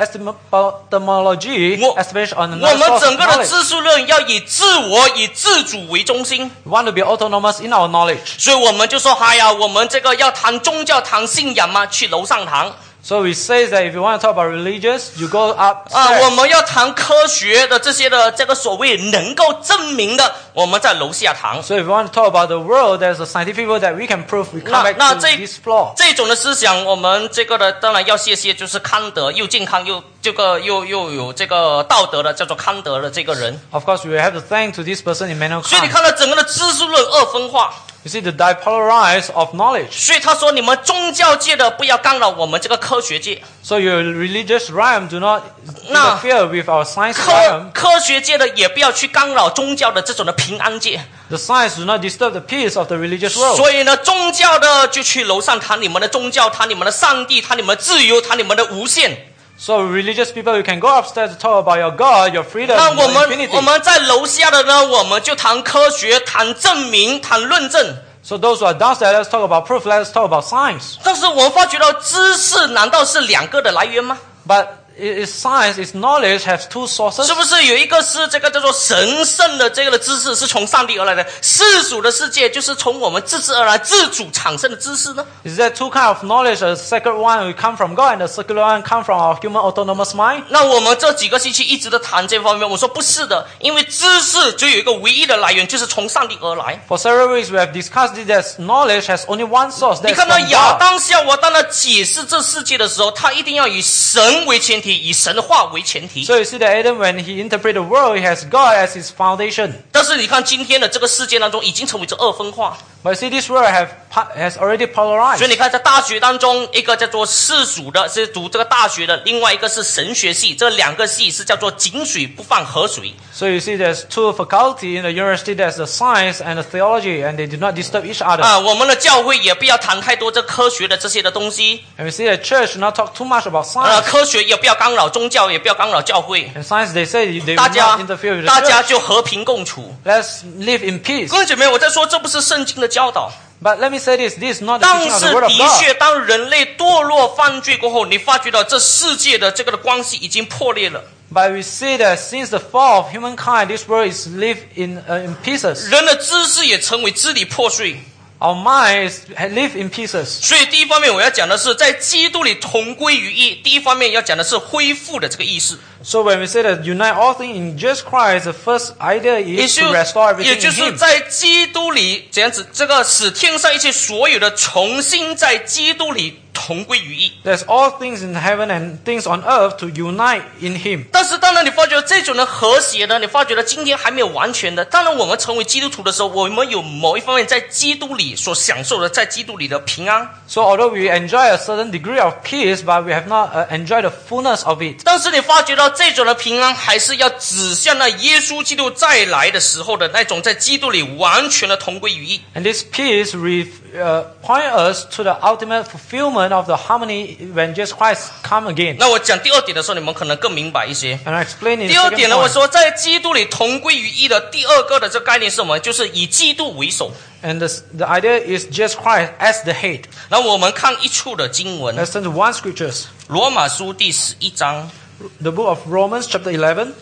Speaker 2: epistemology
Speaker 1: 我
Speaker 2: as based
Speaker 1: 我
Speaker 2: on another
Speaker 1: 们
Speaker 2: source
Speaker 1: 整个
Speaker 2: of
Speaker 1: 的
Speaker 2: knowledge.
Speaker 1: 知识论要以自我、以自主为中心，
Speaker 2: We want to be autonomous in our knowledge.
Speaker 1: 所以我们就说：“哎呀，我们这个要谈宗教、谈信仰吗？去楼上谈
Speaker 2: So we say that if you want to talk about religions, you go
Speaker 1: 啊！
Speaker 2: upstairs.
Speaker 1: 我们要谈科学的这些的这个所谓能够证明的，我们在楼下谈。
Speaker 2: So if you want to talk about the world, there's a scientific world that we can prove. We
Speaker 1: 那
Speaker 2: come
Speaker 1: 那
Speaker 2: back to
Speaker 1: 这
Speaker 2: this floor.
Speaker 1: 这种的思想，我们这个的当然要谢谢，就是康德又健康又这个又又有这个道德的，叫做康德的这个人。
Speaker 2: Of course, we have to thank to this person Immanuel
Speaker 1: 所以你
Speaker 2: Kant.
Speaker 1: 看到整个的知识论二分化，
Speaker 2: You see the dipolarize of knowledge.
Speaker 1: 所以他说你们宗教界的不要干扰我们这个科学界，
Speaker 2: So your religious realm do not
Speaker 1: 那
Speaker 2: interfere with our science
Speaker 1: 科
Speaker 2: realm.
Speaker 1: 科学界的也不要去干扰宗教的这种的平安界。
Speaker 2: The science do not disturb the peace of the religious world.
Speaker 1: 所以呢，宗教的就去楼上谈你们的宗教，谈你们的上帝，谈你们的自由，谈你们的无限。
Speaker 2: So religious people, you can go upstairs to talk about your God, your freedom,
Speaker 1: 那我
Speaker 2: your
Speaker 1: 们我
Speaker 2: infinity.
Speaker 1: 们在楼下的呢，我们就谈科学，谈证明，谈论证。
Speaker 2: So those who are downstairs, let's talk about proof. Let's talk about science.
Speaker 1: 但是我们发觉到知识难道是两个的来源吗？
Speaker 2: But i- is science, is knowledge has two sources.
Speaker 1: 是不是有一个是这个叫做神圣的这个的知识是从上帝而来的，世俗的世界就是从我们自治而来自主产生的知识呢？
Speaker 2: Is there two kind of knowledge? A sacred one will come from God, and the secular one come from our human autonomous mind.
Speaker 1: 那我们这几个星期一直在谈这方面，我说不是的，因为知识只有一个唯一的来源，就是从上帝而来。
Speaker 2: For several weeks, we have discussed it that knowledge has only one source.
Speaker 1: 你
Speaker 2: That's
Speaker 1: 看到
Speaker 2: from
Speaker 1: 亚
Speaker 2: God.
Speaker 1: 当夏娃当他解释这世界的时候，他一定要以神为前提，以神的话为前提。
Speaker 2: So you see that Adam, when he interpreted the world, he has God as his foundation.
Speaker 1: 但是你看今天的这个世界当中，已经成为这二分化。
Speaker 2: But you see, this world have pa- has already
Speaker 1: 所以
Speaker 2: polarized.
Speaker 1: 你看，在大学当中，一个叫做世俗的，是读这个大学的；另外一个是神学系，这两个系是叫做井水不犯河水。
Speaker 2: So you see, there's two faculty in the university. There's the science and the theology, and they do not disturb each other.
Speaker 1: 啊，我们的教会也不要谈太多这科学的这些的东西，
Speaker 2: And we see that church do not talk too much about
Speaker 1: 呃，
Speaker 2: science.
Speaker 1: 科学也不要干扰宗教，也不要干扰教会，
Speaker 2: And science, they say they will
Speaker 1: 大家
Speaker 2: not interfere with
Speaker 1: 大
Speaker 2: the
Speaker 1: 家
Speaker 2: church.
Speaker 1: 就和平共处。
Speaker 2: Let's live in peace.
Speaker 1: 各位姐妹，我在说这不是圣经的教导，
Speaker 2: But let me say this: this is not the
Speaker 1: 但
Speaker 2: teaching of
Speaker 1: 是
Speaker 2: the word of
Speaker 1: 的
Speaker 2: God.
Speaker 1: 确，当人类堕落犯罪过后，你发觉到这世界的这个的关系已经破裂了。
Speaker 2: But we see that since the fall of humankind, this world is lived in uh, in pieces.
Speaker 1: 人的知识也成为支离破碎。
Speaker 2: Our mind is live in pieces.
Speaker 1: 所以第一方面我要讲的是，在基督里同归于一。第一方面要讲的是恢复的这个意识，
Speaker 2: So when we say that unite all things in Jesus Christ, the first idea
Speaker 1: 也
Speaker 2: is
Speaker 1: 就
Speaker 2: to restore
Speaker 1: 也
Speaker 2: everything
Speaker 1: 就
Speaker 2: in
Speaker 1: 是
Speaker 2: Him.
Speaker 1: 在基督里这样子，这个使天上一切所有的重新在基督里同归于一。
Speaker 2: There's all things in heaven and things on earth to unite in Him.
Speaker 1: 但是当然，你发觉这种的和谐呢，你发觉了今天还没有完全的。当然，我们成为基督徒的时候，我们有某一方面在基督里所享受的，在基督里的平安。
Speaker 2: So although we enjoy a certain degree of peace, but we have not uh, enjoyed the fullness of it.
Speaker 1: 但是你发觉到这种的平安，还是要指向那耶稣基督再来的时候的那种在基督里完全的同归于一。
Speaker 2: And this peace re- uh, point us to the ultimate fulfillment of the harmony when Jesus Christ come again.
Speaker 1: 那我讲第二点的时候，你们可能更明白一些。
Speaker 2: And I explain in
Speaker 1: 第二
Speaker 2: second
Speaker 1: 点呢，我
Speaker 2: point.
Speaker 1: 说在基督里同归于一的第二个的这个概念是什么？就是以基督为首。
Speaker 2: And this, the idea is Jesus Christ as the head.
Speaker 1: 那我们看一处的经文，《
Speaker 2: Let's turn to one scriptures.
Speaker 1: 罗马书》第十一章，《
Speaker 2: The book of Romans chapter 11.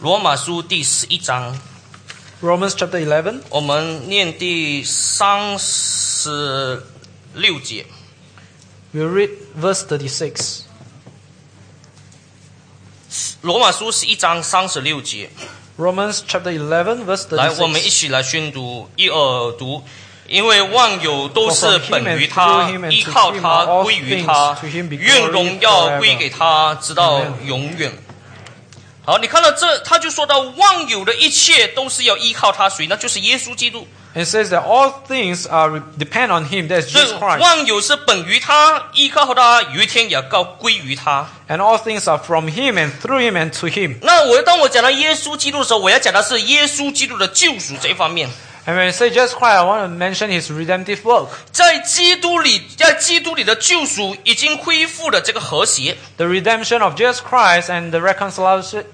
Speaker 1: 罗马书》第十一章，
Speaker 2: Romans chapter 11.
Speaker 1: 我们念第三十六节。
Speaker 2: We'll read verse 36.
Speaker 1: 罗马书十一章三十六节，
Speaker 2: Romans chapter 11 verse
Speaker 1: 来，我们一
Speaker 2: 36.
Speaker 1: 起来宣读，一耳读，因为万有都是本于
Speaker 2: For
Speaker 1: 他
Speaker 2: from him and through him，and
Speaker 1: 依靠他，归于他
Speaker 2: to him are all things，to him be glory
Speaker 1: 愿荣耀归给他，直到
Speaker 2: Amen
Speaker 1: 永远。好，你看到这，他就说到万有的一切都是要依靠他，谁呢？就是耶稣基督。
Speaker 2: And it says that all things are depend on him. That's
Speaker 1: 所以
Speaker 2: Jesus Christ.
Speaker 1: 万有是本于他，依靠他，于天也告归于他。
Speaker 2: And all things are from him and through him and to him.
Speaker 1: 那我当我讲到耶稣基督的时候，我要讲的是耶稣基督的救赎这一方面，
Speaker 2: And when I say Jesus Christ, I want to mention his redemptive work.
Speaker 1: 在基督里，在基督里的救赎已经恢复了这个和谐。
Speaker 2: The redemption of Jesus Christ and the reconciliation.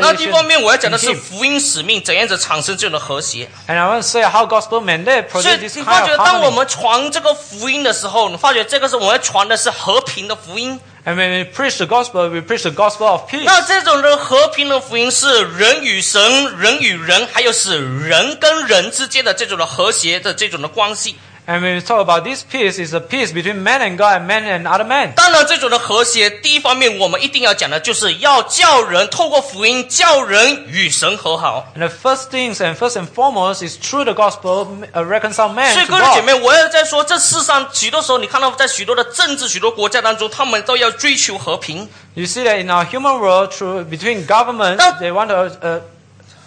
Speaker 1: 那第一方面，我要讲
Speaker 2: reconciliation
Speaker 1: 的是
Speaker 2: in him.
Speaker 1: 福音使命怎样子产生这样的和谐。
Speaker 2: And I want to say how gospel men they
Speaker 1: 所以
Speaker 2: produce this
Speaker 1: 你发
Speaker 2: kind
Speaker 1: 觉，
Speaker 2: of
Speaker 1: 当我
Speaker 2: harmony.
Speaker 1: 们传这个福音的时候，你发觉这个是我们传的是和平的福音。
Speaker 2: And when we preach the gospel, we preach the gospel of peace.
Speaker 1: 那这种的和平的福音是人与神、人与人，还有是人跟人之间的这种的和谐的这种的关系。
Speaker 2: And when we talk about this peace, it's a peace between man and God and man and other men.
Speaker 1: 当然，这种的和谐，第一方面我们一定要讲的就是要叫人透过福音叫人与神和好。
Speaker 2: And the first things and first and foremost is through the gospel uh, reconcile
Speaker 1: 所
Speaker 2: man
Speaker 1: 以，
Speaker 2: to
Speaker 1: 各位姐
Speaker 2: God.
Speaker 1: 妹，我要在说，这世上许多时候，你看到在许多的政治、许多国家当中，他们都要追求和平。
Speaker 2: You see that in our human world, through between governments,
Speaker 1: Now-
Speaker 2: they want to uh,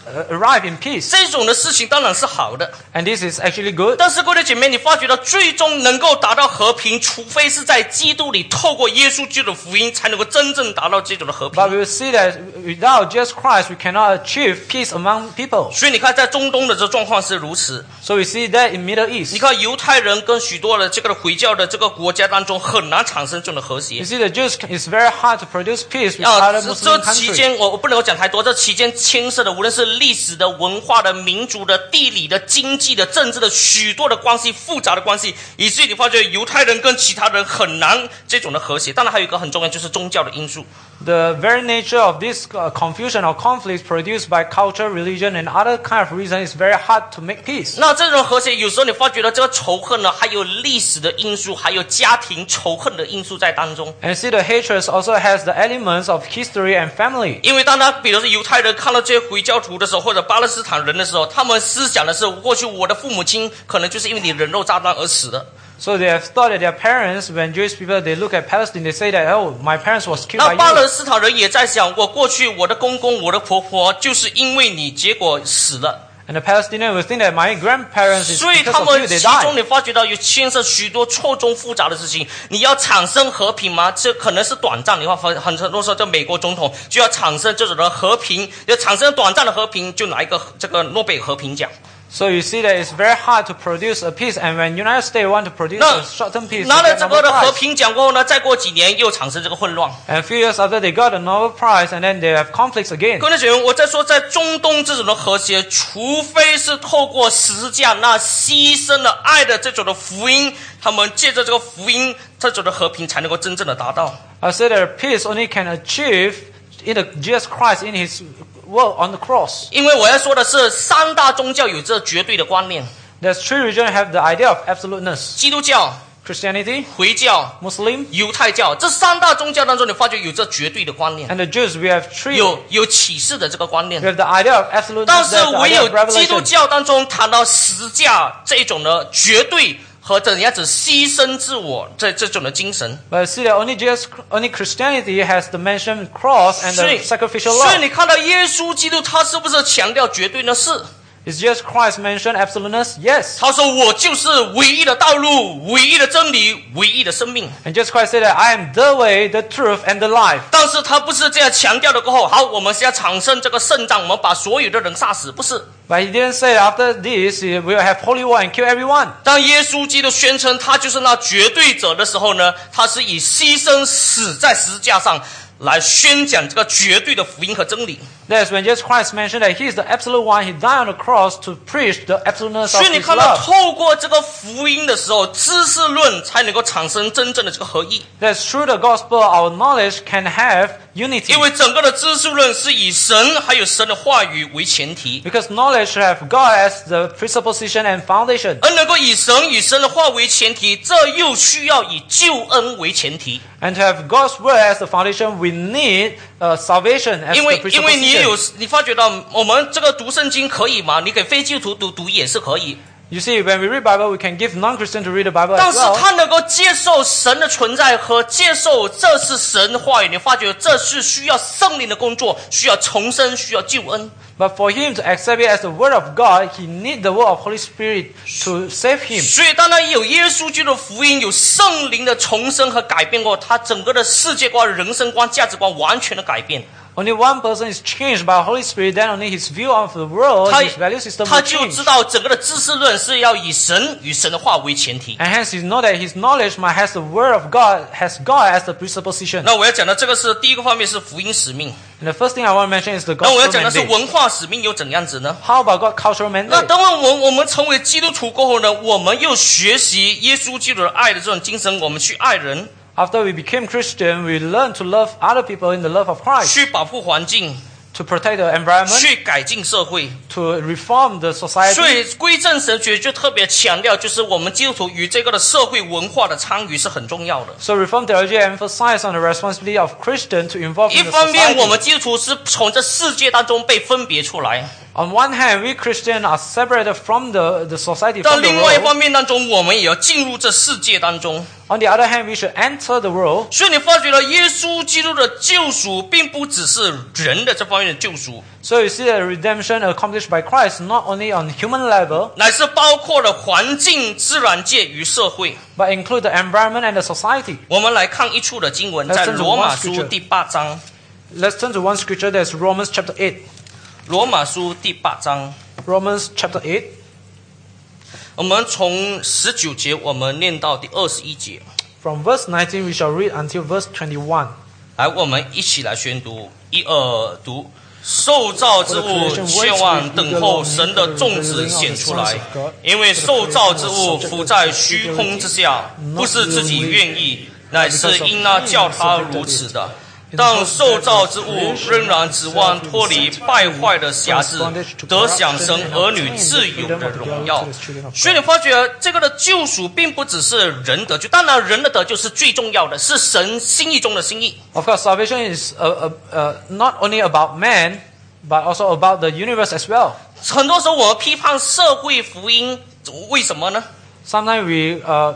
Speaker 2: uh, arrive in peace,
Speaker 1: 这种的事情当然是好的，
Speaker 2: and this is actually good.
Speaker 1: 但是各位姐妹，你发觉到最终能够达到和平，除非是在基督里透过耶稣基督的福音，才能够真正达到这种的和
Speaker 2: But
Speaker 1: 平。
Speaker 2: we will see that without Jesus Christ, we cannot achieve peace among people.
Speaker 1: 所以你看，在中东的这状况是如此。
Speaker 2: So we see that in Middle
Speaker 1: 你
Speaker 2: East.
Speaker 1: 看，犹太人跟许多的这个回教的这个国家当中，很难产生这种的和谐
Speaker 2: You。see, the Jews it's very hard to produce peace with
Speaker 1: 啊，
Speaker 2: other
Speaker 1: 这这
Speaker 2: Muslim
Speaker 1: 期
Speaker 2: countries.
Speaker 1: 间我我不能够讲太多。这期间牵涉的，无论是历史的、文化的、民族的、地理的、经济的、政治的许多的关系，复杂的关系，以至于你发觉犹太人跟其他人很难这种的和谐。当然，还有一个很重要就是宗教的因素。
Speaker 2: The very nature of this uh, confusion or conflict produced by culture, religion, and other kind of reason is very hard to make peace.
Speaker 1: 那这种和谐，有时候你发觉到这个仇恨呢，还有历史的因素，还有家庭仇恨的因素在当中。
Speaker 2: And see, the hatred also has the elements of history and family.
Speaker 1: 因为当他比如说犹太人看到这些回教徒的时候，或者巴勒斯坦人的时候，他们思想的是过去我的父母亲可能就是因为你人肉炸弹而死的。
Speaker 2: So they have thought that their parents, when Jewish people they look at Palestine, they say that oh, my parents was killed
Speaker 1: 那
Speaker 2: by
Speaker 1: 巴勒
Speaker 2: you.
Speaker 1: 斯坦人也在想，我过去我的公公、我的婆婆就是因为你，结果死了。
Speaker 2: And the Palestinians will think that my grandparents is
Speaker 1: 所以
Speaker 2: because
Speaker 1: 他
Speaker 2: of you
Speaker 1: 们
Speaker 2: they
Speaker 1: 其中
Speaker 2: died.
Speaker 1: 你发觉到有牵涉许多错综复杂的事情。你要产生和平吗？这可能是短暂的话，很很多时候，这美国总统就要产生这种的和平，要产生短暂的和平，就拿一个这个诺贝尔和平奖。
Speaker 2: So you see that it's very hard to produce a peace. And when United States want to produce
Speaker 1: No,
Speaker 2: a short-term peace,
Speaker 1: 拿
Speaker 2: they
Speaker 1: 了
Speaker 2: get
Speaker 1: 这个
Speaker 2: Nobel
Speaker 1: 的和
Speaker 2: Prize.
Speaker 1: 平奖过后呢，再过几年又产生这个混乱。
Speaker 2: And a few years after they got the Nobel Prize, and then they have conflicts again.
Speaker 1: 各位姐妹，我在说，在中东这种的和谐，除非是透过十字架那牺牲了爱的这种的福音，他们借着这个福音，这种的和平才能够真正的达到。
Speaker 2: I said that peace only can achieve in the Jesus Christ in His work on the cross.
Speaker 1: 因为我要说的是，三大宗教有这绝对的观念：
Speaker 2: There's three religions have the idea of absoluteness:
Speaker 1: 基督教、
Speaker 2: Christianity,
Speaker 1: 回教、
Speaker 2: Muslim,
Speaker 1: 犹太教。这三大宗教当中，你发觉有这绝对的观念，
Speaker 2: and the Jews. We have three.
Speaker 1: 有有启示的这个观念
Speaker 2: We。have the idea of
Speaker 1: 但
Speaker 2: absoluteness.
Speaker 1: 是
Speaker 2: There's the
Speaker 1: 唯
Speaker 2: idea
Speaker 1: 有
Speaker 2: of
Speaker 1: 基督
Speaker 2: revelation.
Speaker 1: 教当中谈到十字架这种的绝对和怎样子牺牲自我这这种的精神。
Speaker 2: But see that only Jesus, only Christianity has the mentioned cross and
Speaker 1: 所以
Speaker 2: the sacrificial
Speaker 1: 所以
Speaker 2: love.
Speaker 1: 你看到耶稣基督他是不是强调绝对呢？是，
Speaker 2: Is Jesus Christ mentioned absoluteness? Yes.
Speaker 1: 他说我就是唯一的道路、唯一的真理、唯一的生命。
Speaker 2: And Jesus Christ said that I am the way, the truth, and the life.
Speaker 1: 但是他不是这样强调的。过后，好，我们是要产生这个圣战，我们把所有的人杀死，不是？
Speaker 2: But he didn't say that after this he will have holy war and kill everyone.
Speaker 1: 当耶稣基督宣称他就是那绝对者的时候呢，他是以牺牲死在十字架上来宣讲这个绝对的福音和真理。
Speaker 2: That's when Jesus Christ mentioned that He is the absolute one. He died on the cross to preach the absoluteness
Speaker 1: 所以
Speaker 2: of
Speaker 1: 你
Speaker 2: His
Speaker 1: 看到，
Speaker 2: love.
Speaker 1: 透过这个福音的时候，知识论才能够产生真正的这个合一，
Speaker 2: That's through the gospel, our knowledge can have unity.
Speaker 1: 因为整个的知识论是以神还有神的话语为前提，
Speaker 2: Because knowledge should have God as the presupposition and foundation.
Speaker 1: 而能够以神与神的话为前提，这又需要以救恩为前提。
Speaker 2: And to have God's word as the foundation, we need uh, salvation as
Speaker 1: 因
Speaker 2: the
Speaker 1: 为因为你有
Speaker 2: presupposition.
Speaker 1: 你发觉到我们这个读圣经可以吗？你给非基督徒读读也是可以，
Speaker 2: You see, when we read Bible, we can give non-Christian to read the Bible
Speaker 1: 但
Speaker 2: as
Speaker 1: 是
Speaker 2: well.
Speaker 1: 他能够接受神的存在和接受这是神的话语，你发觉这是需要圣灵的工作，需要重生，需要救恩。
Speaker 2: But for him to accept it as the Word of God, he need the Word of Holy Spirit to save him.
Speaker 1: 所以，当他有耶稣基督的福音，有圣灵的重生和改变后，他整个的世界观、人生观、价值观完全的改变。
Speaker 2: Only one person is changed by Holy Spirit, then only his view of the world,
Speaker 1: 他
Speaker 2: his value system
Speaker 1: 他
Speaker 2: will
Speaker 1: 就
Speaker 2: change.
Speaker 1: 知道整个的知识论是要以神与神的话为前提。
Speaker 2: And hence, he know that his knowledge might has the Word of God, has God as the presupposition.
Speaker 1: 那我要讲的这个是第一个方面是福音使命，
Speaker 2: And the first thing I want to mention is the
Speaker 1: 那我要
Speaker 2: gospel
Speaker 1: 讲的是
Speaker 2: mandate.
Speaker 1: 文化使命又怎样子呢？
Speaker 2: How about God cultural
Speaker 1: 那
Speaker 2: mandate?
Speaker 1: 当我们我们成为基督徒过后呢，我们又学习耶稣基督的爱的这种精神，我们去爱人，
Speaker 2: After we became Christian, we learn to love other people in the love of Christ,
Speaker 1: 去保护环境，
Speaker 2: to protect the environment,
Speaker 1: 去改进社会。
Speaker 2: to reform the society.
Speaker 1: 所以归正神学就特别强调，就是我们基督徒与这个的社会文化的参与是很重要的。
Speaker 2: So Reformed theology emphasizes on the responsibility of Christian to involve
Speaker 1: 一
Speaker 2: in the
Speaker 1: 方面，我们
Speaker 2: society.
Speaker 1: 基督徒是从这世界当中被分别出来，
Speaker 2: On one hand, we Christians are separated from the, the society,
Speaker 1: 但
Speaker 2: from the
Speaker 1: 另外一
Speaker 2: world.
Speaker 1: 方面当中，我们也要进入这世界当中。
Speaker 2: On the other hand, we should enter the world.
Speaker 1: 所以你发觉了，耶稣基督的救赎并不只是人的这方面的救赎，
Speaker 2: So you see the redemption accomplished by Christ not only on human level,
Speaker 1: 乃是包括了环境、自然界与社会。
Speaker 2: but include the environment and the society.
Speaker 1: 我们来看一处的经文，
Speaker 2: Let's
Speaker 1: 在
Speaker 2: turn to
Speaker 1: 罗马
Speaker 2: one
Speaker 1: 书
Speaker 2: scripture.
Speaker 1: 第八章，
Speaker 2: Let's turn to one scripture that's Romans chapter 8.
Speaker 1: 罗马书第八章，
Speaker 2: Romans chapter 8.
Speaker 1: 我们从十九节我们念到第二十一节，
Speaker 2: From verse 19, we shall read until verse 21.
Speaker 1: 来，我们一起来宣读，一二读。受造之物切望等候神的种子显出来，因为受造之物浮在虚空之下，不是自己愿意，乃是因那叫他如此的。但受造之物仍然指望脱离败坏的辖制，得享神儿女自由的荣耀。所以你发觉这个的救赎并不只是人得救，当然人的得救是最重要的，是神心意中的心意。
Speaker 2: Of course, salvation is uh, uh, uh, not only about man, but also about the universe as well.
Speaker 1: 很多时候我们批判社会福音，为什么呢？
Speaker 2: Sometimes we uh,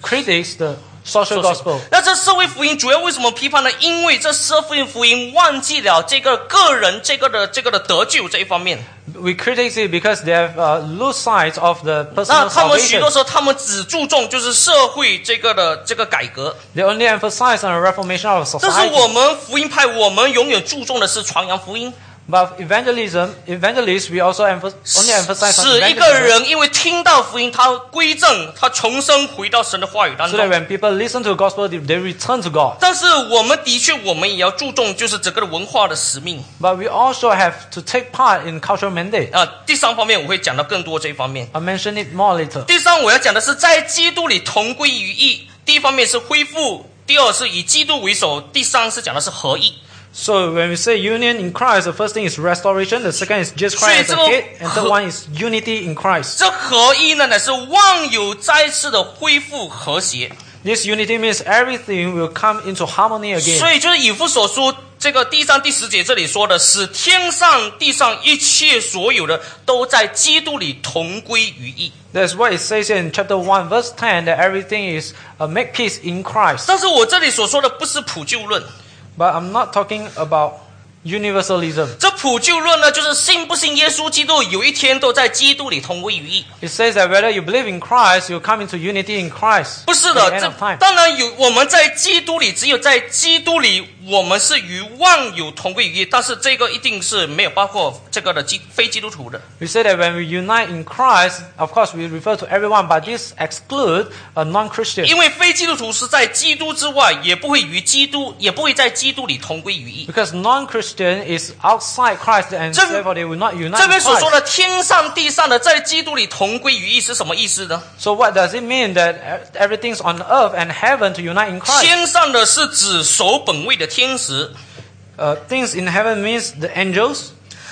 Speaker 2: critics the social gospel.
Speaker 1: 那这社会福音主要为什么批判呢？因为这社会福音忘记了这个个人这个的这个的得救这一方面。
Speaker 2: We critics it because they have uh, lose sight of the
Speaker 1: 那
Speaker 2: personal
Speaker 1: 他们许
Speaker 2: salvation.
Speaker 1: 多时候他们只注重就是社会这个的这个改革，
Speaker 2: They only emphasize on the reformation of
Speaker 1: 这是我
Speaker 2: society.
Speaker 1: 们福音派，我们永远注重的是传扬福音，
Speaker 2: But evangelism, evangelists, we also emphasize, only emphasize on
Speaker 1: 使一个
Speaker 2: evangelism.
Speaker 1: 人因为听到福音，他归正，他重生回到神的话语当
Speaker 2: So
Speaker 1: 中。
Speaker 2: that when people listen to the gospel, they- they return to God.
Speaker 1: 但是我们的确，我们也要注重就是整个的文化的使命。
Speaker 2: But we also have to take part in cultural mandate.
Speaker 1: 啊、第三方面我会讲到更多这一方面。
Speaker 2: I'll mention it more later.
Speaker 1: 第三，我要讲的是在基督里同归于一。第一方面是恢复，第二是以基督为首，第三是讲的是合一。
Speaker 2: So when we say union in Christ, the first thing is restoration, the second is just
Speaker 1: 所以
Speaker 2: Christ as
Speaker 1: 这
Speaker 2: the
Speaker 1: 个
Speaker 2: head, and
Speaker 1: 合-
Speaker 2: third one is unity in Christ.
Speaker 1: 这合一呢，乃是万有再次的恢复和谐。
Speaker 2: This unity means everything will come into harmony again.
Speaker 1: 所以就是以父所书这个第三、第十节这里说的，使天上、地上一切所有的都在基督里同归于一。
Speaker 2: That's what it says in chapter 1, verse 10, that everything is uh, make peace in Christ.
Speaker 1: 但是我这里所说的不是普救论，
Speaker 2: But I'm not talking about universalism.
Speaker 1: 这普救论呢，就是信不信耶稣基督，有一天都在基督里同归于一。
Speaker 2: It says that whether you believe in Christ, you'll come into unity in Christ.
Speaker 1: 不是
Speaker 2: at
Speaker 1: 的
Speaker 2: the，end
Speaker 1: 这
Speaker 2: of time.
Speaker 1: 当然有。我们在基督里，只有在基督里，我们是与万有同归于一。但是这个一定是没有包括这个的基非基督徒的。
Speaker 2: We say that when we unite in Christ, of course we refer to everyone, but this exclude a non-Christian.
Speaker 1: 因为非基督徒是在基督之外，也不会与基督，也不会在基督里同归于一。
Speaker 2: Because non-Christian is outside Christ and
Speaker 1: 这-
Speaker 2: therefore they will not unite
Speaker 1: 这
Speaker 2: with
Speaker 1: 边所说
Speaker 2: Christ.
Speaker 1: 的天上地上的在基督里同归于一是什么意思呢？
Speaker 2: So what does it mean that e- everything's on earth and heaven to unite in Christ?
Speaker 1: 天上的是指守本位的天使，
Speaker 2: Uh, things in heaven means the angels,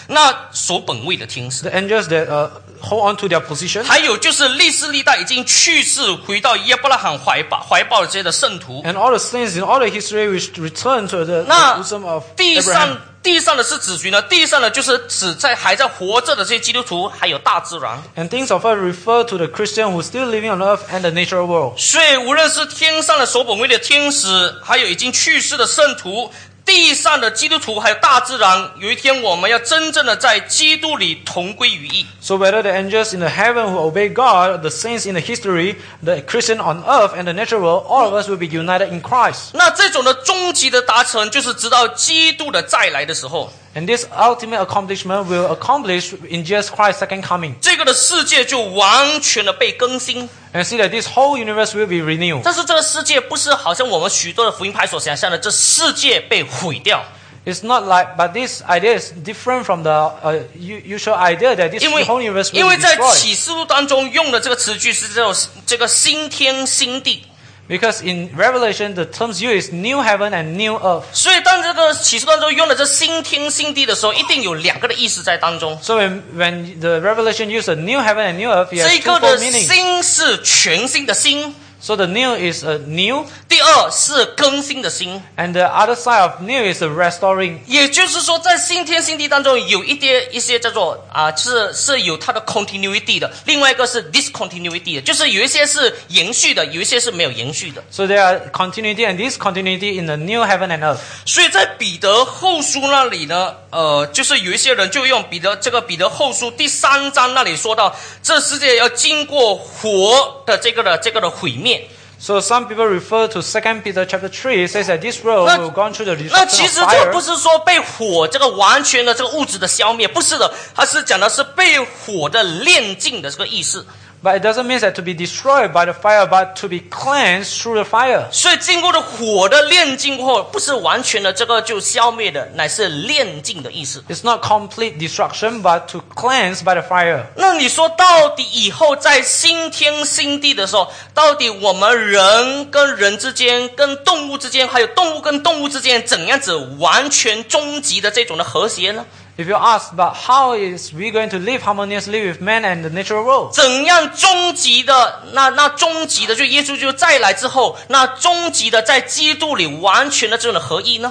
Speaker 1: 那守本位的天使，
Speaker 2: the angels that uh, hold on to their position.
Speaker 1: 还有就是历世历代已经去世回到耶伯拉罕怀抱怀抱的这些的圣徒。
Speaker 2: And all the saints in all the history which return to the, the
Speaker 1: 那
Speaker 2: bosom of
Speaker 1: 地
Speaker 2: Abraham.
Speaker 1: 上地上的是指谁呢？地上的就是指在还在活着的这些基督徒，还有大自然。
Speaker 2: And things of earth refer to the Christian who's still living on earth and the natural world.
Speaker 1: 所以，无论是天上的守本位的天使，还有已经去世的圣徒，地上的基督徒，还有大自然，有一天我们要真正的在基督里同归于一。
Speaker 2: So whether the angels in the heaven who obey God, the saints in the history, the Christian on earth and the natural world, all of us will be united in Christ.
Speaker 1: 那这种的终极的达成，就是直到基督的再来的时候，
Speaker 2: And this ultimate accomplishment will accomplish in Jesus Christ's second coming.
Speaker 1: 这个的世界就完全的被更新。
Speaker 2: And see that this whole universe will be renewed.
Speaker 1: 但是这个世界不是好像我们许多的福音派所想象的，这世界被毁掉，
Speaker 2: It's not like, but this idea is different from the uh, u- usual idea that this
Speaker 1: 因为
Speaker 2: whole universe
Speaker 1: 因
Speaker 2: will
Speaker 1: 为
Speaker 2: be
Speaker 1: 在
Speaker 2: destroyed.
Speaker 1: 启示录当中用的这个词句是这种这个新天新地，
Speaker 2: Because in Revelation, the terms used is new heaven and new earth.
Speaker 1: 所以当这个启示录当中用的这新天新地的时候，一定有两个的意思在当中。
Speaker 2: So when, when the Revelation uses the new heaven and new earth, it
Speaker 1: 这
Speaker 2: has
Speaker 1: 一个的
Speaker 2: twofold meaning.
Speaker 1: 新是全新的新，
Speaker 2: So the new is a new,
Speaker 1: 第二是更新的新。
Speaker 2: and the other side of new is a restoring.
Speaker 1: 也就是说，在新天新地当中，有一些一些叫做啊、是是有它的 continuity 的，另外一个是 discontinuity 的，就是有一些是延续的，有一些是没有延续的。
Speaker 2: So there are continuity and discontinuity in the new heaven and earth.
Speaker 1: 所以在彼得后书那里呢，呃，就是有一些人就用彼得这个彼得后书第三章那里说到，这世界要经过火的这个的这个的毁灭。
Speaker 2: So some people refer to 2 Peter chapter 3. It says that this world
Speaker 1: 那-
Speaker 2: will go through the
Speaker 1: 那
Speaker 2: destruction
Speaker 1: 其
Speaker 2: of
Speaker 1: 实这个
Speaker 2: fire.
Speaker 1: 不是说被火这个完全的这个物质的消灭，不是的，它是讲的是被火的炼尽的这个意思。
Speaker 2: But it doesn't mean that to be destroyed by the fire, but to be cleansed through the fire.
Speaker 1: 所以经过了火的炼净过后，不是完全的这个就消灭的，乃是炼净的意思。
Speaker 2: It's not complete destruction, but to cleanse by the fire.
Speaker 1: 那你说到底以后在新天新地的时候，到底我们人跟人之间、跟动物之间，还有动物跟动物之间，怎样子完全终极的这种的和谐呢？
Speaker 2: If you ask, but how is we going to live harmoniously with man and the natural world?
Speaker 1: 怎样终极的那那终极的就耶稣就再来之后，那终极的在基督里完全的这种的合一呢？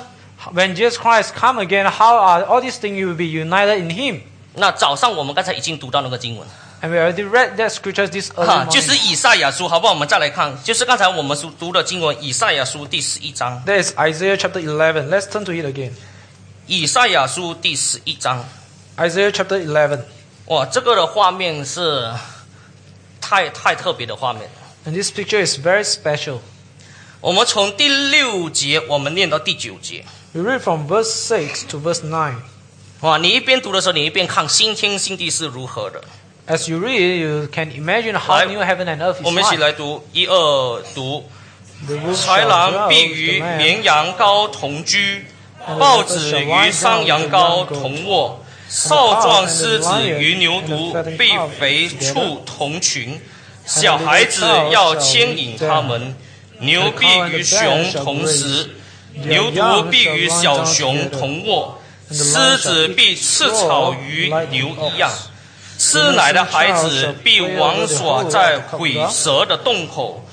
Speaker 2: When Jesus Christ come again, how are all these things you will be united in Him?
Speaker 1: 那早上我们刚才已经读到那个经文。
Speaker 2: And we already read that scripture this early
Speaker 1: 哈，
Speaker 2: morning.
Speaker 1: 就是以赛亚书，好不好？我们再来看，就是刚才我们读读的经文，以赛亚书第十一章，
Speaker 2: That is Isaiah chapter 11. Let's turn to it again.
Speaker 1: 以赛亚书第十一章，
Speaker 2: Isaiah chapter 11.
Speaker 1: 哇，这个的画面是太太特别的画面。
Speaker 2: And this picture is very special.
Speaker 1: 我们从第六节，我们念到第九节，
Speaker 2: We read from verse 6 to verse 9.
Speaker 1: 哇，你一边读的时候，你一边看新天新地是如何的。
Speaker 2: As you read, you can imagine how
Speaker 1: Right.
Speaker 2: new heaven and earth is
Speaker 1: 我们一起
Speaker 2: like.
Speaker 1: 来读一二读，
Speaker 2: The wolf
Speaker 1: 豺
Speaker 2: shall
Speaker 1: 狼
Speaker 2: dwell
Speaker 1: 必
Speaker 2: with
Speaker 1: 与
Speaker 2: the lamb.
Speaker 1: 绵羊羔同居，豹子与山羊羔同卧，少壮狮子与牛犊被肥畜同群，小孩子要牵引他们，牛必与熊同食，牛犊必与小熊同卧，狮子必吃草与牛一样。吃奶的孩子必玩耍在毁蛇的洞口，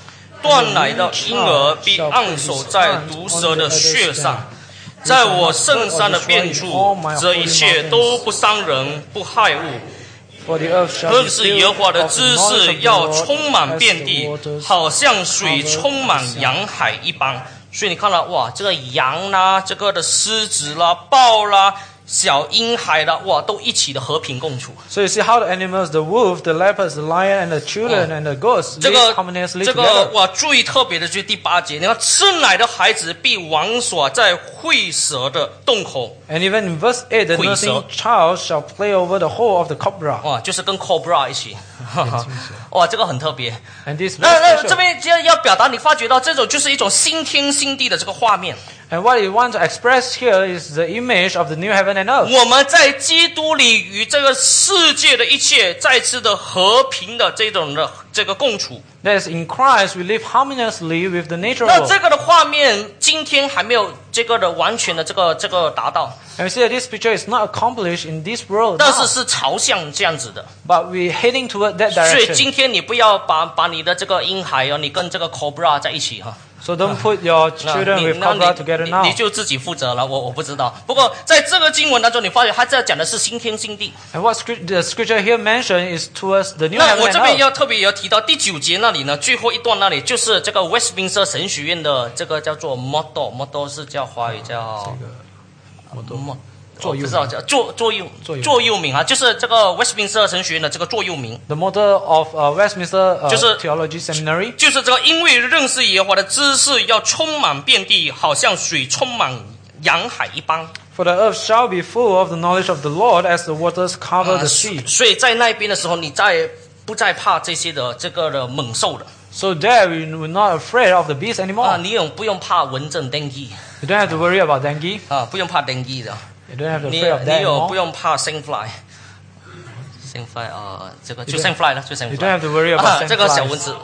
Speaker 1: 断奶的婴儿必按手在毒蛇的穴上。在我圣山的遍处，这一切都不伤人，不害物。
Speaker 2: For the earth shall
Speaker 1: 认
Speaker 2: be
Speaker 1: 识耶和
Speaker 2: filled
Speaker 1: 华
Speaker 2: of
Speaker 1: 的
Speaker 2: the
Speaker 1: 知
Speaker 2: knowledge
Speaker 1: 识
Speaker 2: of the
Speaker 1: 要
Speaker 2: Lord
Speaker 1: 充满
Speaker 2: as
Speaker 1: 遍
Speaker 2: the
Speaker 1: 地，
Speaker 2: waters
Speaker 1: 好像水充满洋海一般。所以你看了哇，这个羊啦、这个的狮子啦、豹啦、小婴孩啦，哇，都一起的和平共处。
Speaker 2: So you see how the animals, the wolf, the leopards, the lion, and the children, and the goats
Speaker 1: 这个
Speaker 2: live harmoniously
Speaker 1: 这个
Speaker 2: together.
Speaker 1: 哇，最特别的就是第八节，你看吃奶的孩子必玩耍在会蛇的洞口，
Speaker 2: And even in verse 8, the
Speaker 1: 会蛇。
Speaker 2: nursing child shall play over the whole of the cobra.
Speaker 1: 哇，就是跟 cobra 一起，哈哈 哇，这个很特别。
Speaker 2: And this is
Speaker 1: 那那
Speaker 2: very
Speaker 1: 这
Speaker 2: special.
Speaker 1: 边就要表达，你发觉到这种就是一种新天新地的这个画面。
Speaker 2: And what you want to express here is the image of the new heaven and earth.
Speaker 1: 我们在基督里与这个世界的一切再次的和平的这种的这个共处。
Speaker 2: That is, in Christ we live harmoniously with the nature
Speaker 1: 那
Speaker 2: world.
Speaker 1: 这个的画面今天还没有这个的完全的这个这个达到，
Speaker 2: And we see that this picture is not accomplished in this world,
Speaker 1: 但是
Speaker 2: now,
Speaker 1: 是朝向这样子的。
Speaker 2: but we're heading toward that
Speaker 1: 所以
Speaker 2: direction.
Speaker 1: 今天你不要把把你的这个婴孩哦，你跟这个 cobra 在一起哈、
Speaker 2: So don't put your
Speaker 1: 那
Speaker 2: children
Speaker 1: 你
Speaker 2: with
Speaker 1: 那
Speaker 2: Kabbalah
Speaker 1: 你
Speaker 2: together
Speaker 1: 你
Speaker 2: now.
Speaker 1: 你就自己负责了，我我不知道。不过在这个经文当中，你发现他这讲的是新天新地。
Speaker 2: And what script, the scripture here mentioned is towards the new
Speaker 1: 那
Speaker 2: heaven
Speaker 1: 我
Speaker 2: and
Speaker 1: 这边
Speaker 2: earth.
Speaker 1: 要特别要提到第九节那里呢，最后一段那里就是这个 Westminster 神学院的这个叫做 model，model 是叫华语叫么？
Speaker 2: 座右
Speaker 1: 我不
Speaker 2: 铭
Speaker 1: 知道叫座座右
Speaker 2: 座右铭
Speaker 1: 座右铭啊，就是这个 Westminster 神学院的这个座右铭，
Speaker 2: The model of uh, Westminster uh,
Speaker 1: 就是-
Speaker 2: Theology Seminary
Speaker 1: 就是这个因为认识耶和华的知识要充满遍地，好像水充满洋海一般。
Speaker 2: For the earth shall be full of the knowledge of the Lord as the waters cover
Speaker 1: 啊
Speaker 2: the sea.
Speaker 1: 所以在那边的时候，你再不再怕这些的这个的猛兽了
Speaker 2: So there we were not afraid of the beast
Speaker 1: 啊，
Speaker 2: anymore.
Speaker 1: 你也不用怕蚊症 dengue
Speaker 2: You don't have to worry about dengue. You
Speaker 1: 啊，不用怕 dengue 的，
Speaker 2: don't have to
Speaker 1: 你
Speaker 2: afraid of
Speaker 1: 你
Speaker 2: that
Speaker 1: 有不
Speaker 2: anymore.
Speaker 1: 用怕 sandfly，sandfly 啊，这个就
Speaker 2: You don't-
Speaker 1: sandfly 了，就
Speaker 2: You
Speaker 1: sandfly
Speaker 2: don't have to worry
Speaker 1: 啊
Speaker 2: about，
Speaker 1: 这个小
Speaker 2: sandflies.
Speaker 1: 蚊子。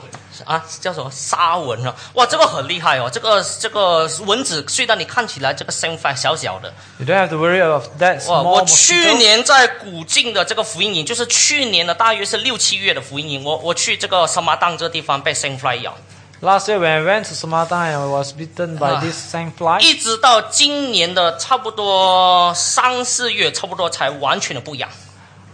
Speaker 1: 啊，叫什么沙蚊啊？哇，这个很厉害哦！这个这个蚊子虽然你看起来这个 sandfly 小小的，
Speaker 2: You don't have to worry about that
Speaker 1: 哇！
Speaker 2: small
Speaker 1: 我去
Speaker 2: mosquito.
Speaker 1: 年在古晋的这个福音营，就是去年的大约是六七月的福音营，我我去这个什马当这地方被 sandfly 咬，
Speaker 2: Last year when I went to Samatan, I was bitten by
Speaker 1: Ah.
Speaker 2: this same fly.
Speaker 1: 一直到今年的差不多三四月，差不多才完全的不痒。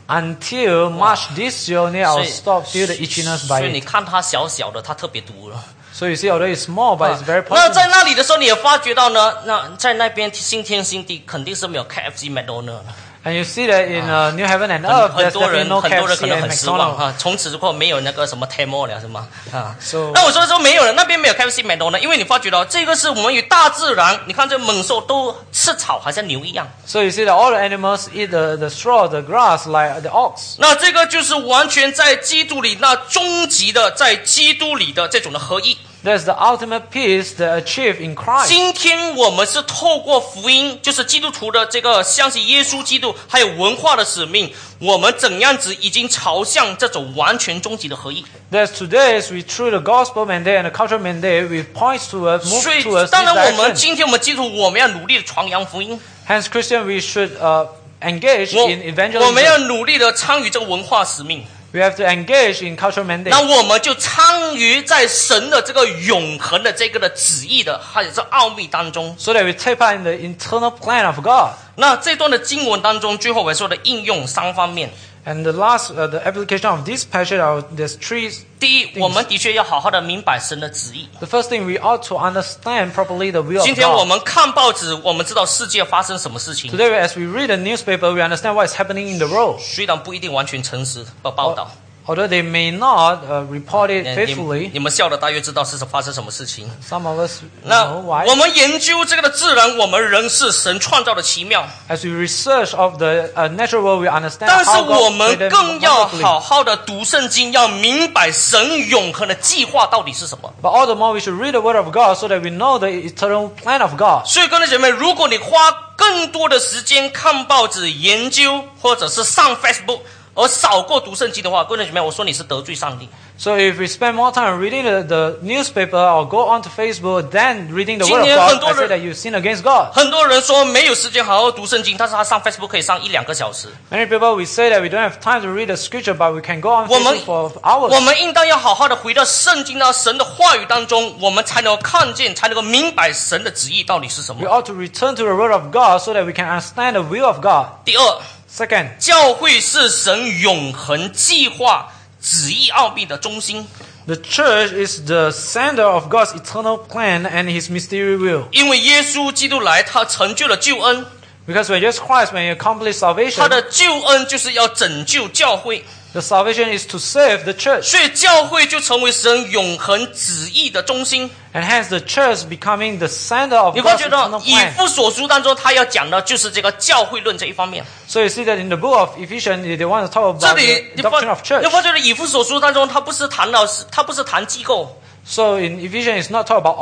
Speaker 2: Until March this year only, I
Speaker 1: 所
Speaker 2: will
Speaker 1: 以
Speaker 2: stop feel the itchiness
Speaker 1: 所
Speaker 2: by
Speaker 1: 以你
Speaker 2: it.
Speaker 1: 看它小小的，它特别毒了。
Speaker 2: So you see, although it's small, but it's very
Speaker 1: 那
Speaker 2: potent.
Speaker 1: 在那里的时候，你也发觉到呢，那在那边新天新地肯定是没有 KFC、麦当劳了。
Speaker 2: And you see that in uh, New Heaven and
Speaker 1: 很
Speaker 2: Earth,
Speaker 1: 很
Speaker 2: there's
Speaker 1: 多人
Speaker 2: definitely no
Speaker 1: 很多人可
Speaker 2: KFC
Speaker 1: 能
Speaker 2: and
Speaker 1: 很失望
Speaker 2: McDonald's.
Speaker 1: 啊，从此之后没有那个什么 Temo 了，是吗？啊
Speaker 2: So-
Speaker 1: 那我说说没有了，那边没有 KFC 麦当劳，因为你发觉到这个是我们与大自然，你看这猛兽都吃草，好像牛一样。
Speaker 2: So you see that all the animals eat the, the straw, the grass, like the ox.
Speaker 1: 那这个就是完全在基督里那终极的在基督里的这种的合一。
Speaker 2: That's the ultimate peace that achieved in Christ.
Speaker 1: 今天我们是透过福音，就是基督徒的这个相信耶稣基督，还有文化的使命，我们怎样子已经朝向这种完全终极的合一。
Speaker 2: That's today, is we through the gospel mandate and the cultural mandate, we point towards, move
Speaker 1: 所以
Speaker 2: towards，this
Speaker 1: 当然我们
Speaker 2: direction.
Speaker 1: 今天我们基督徒，我们要努力的传扬福音，
Speaker 2: Hence, Christian, we should uh, engage
Speaker 1: 我
Speaker 2: in
Speaker 1: 我们要
Speaker 2: evangelism.
Speaker 1: 努力的参与这个文化使命，
Speaker 2: We have to engage in cultural mandate.
Speaker 1: 那我们就参与在神的这个永恒的这个的旨意的，还有这奥秘当中。
Speaker 2: so that we take part in the internal plan of God.
Speaker 1: 那这段的经文当中，最后我说的应用三方面。
Speaker 2: And the last, uh, the application of this passage, are, there's three.
Speaker 1: 第一，我们的确要好好的明白神的旨意。
Speaker 2: The first thing we ought to understand properly the will
Speaker 1: 今
Speaker 2: of
Speaker 1: 天我
Speaker 2: God.
Speaker 1: 们看报纸，我们知道世界发生什么事情，
Speaker 2: Today, as we read the newspaper, we understand what is happening in the world.
Speaker 1: 虽然不一定完全诚实报报道，
Speaker 2: Although they may not uh, report it
Speaker 1: 呃你们
Speaker 2: 哦 faithfully, 嗯
Speaker 1: 你们笑了，大约知道是发生什么事情。
Speaker 2: some of us
Speaker 1: 那
Speaker 2: know why.
Speaker 1: 我们研究这个的自然，我们人是神创造的奇妙，
Speaker 2: As we research of the uh, natural world, we understand
Speaker 1: 但是
Speaker 2: how
Speaker 1: 我
Speaker 2: God
Speaker 1: 们
Speaker 2: created
Speaker 1: 更要
Speaker 2: wonderfully.
Speaker 1: 好好的读圣经，要明白神永恒的计划到底是什么。
Speaker 2: But all the more, we should read the Word of God so that we know the eternal plan of God.
Speaker 1: 所以，各位姐妹，如果你花更多的时间看报纸、研究，或者是上 Facebook，而少过读圣经的话，各位姐妹，我说你是得罪上帝。
Speaker 2: So if we spend more time reading the, the newspaper or go onto Facebook than reading the
Speaker 1: 今
Speaker 2: Word of
Speaker 1: 天
Speaker 2: God,
Speaker 1: 很多
Speaker 2: I say
Speaker 1: 人-
Speaker 2: that you sin against God.
Speaker 1: 很多人说没有时间好好读圣经，但是他上 Facebook 可以上一两个小时。
Speaker 2: Many people we say that we don't have time to read the scripture, but we can go on
Speaker 1: 我们
Speaker 2: Facebook for hours.
Speaker 1: 我们应当要好好的回到圣经到神的话语当中，我们才能够看见，才能够明白神的旨意到底是什
Speaker 2: we
Speaker 1: 么。
Speaker 2: ought to return to the Word of God so that we can understand the will of God.
Speaker 1: 第二，
Speaker 2: Second,
Speaker 1: 教会是神永恒计划旨意奥秘的中心，
Speaker 2: the church is the center of God's eternal plan and His mysterious will.
Speaker 1: 因为耶稣基督来，他成就了救恩，
Speaker 2: Because when Jesus Christ, when He accomplished
Speaker 1: 他
Speaker 2: salvation,
Speaker 1: 的救恩就是要拯救教会，
Speaker 2: the salvation is to save the church,
Speaker 1: 所以教会就成为神永恒旨意的中心。
Speaker 2: and hence the church becoming the center of
Speaker 1: 你会
Speaker 2: God's
Speaker 1: 觉得
Speaker 2: eternal
Speaker 1: 以
Speaker 2: plan.
Speaker 1: 父所书当中，他要讲的就是这个教会论这一方面。
Speaker 2: So you see that in the book of Ephesians, they- they want to talk
Speaker 1: 这
Speaker 2: about
Speaker 1: 里
Speaker 2: the
Speaker 1: 你发
Speaker 2: doctrine of
Speaker 1: 你
Speaker 2: church.
Speaker 1: 发觉得以父所书当中，他不是谈到是，他不是谈机构，
Speaker 2: So in Ephesians, it's not talk about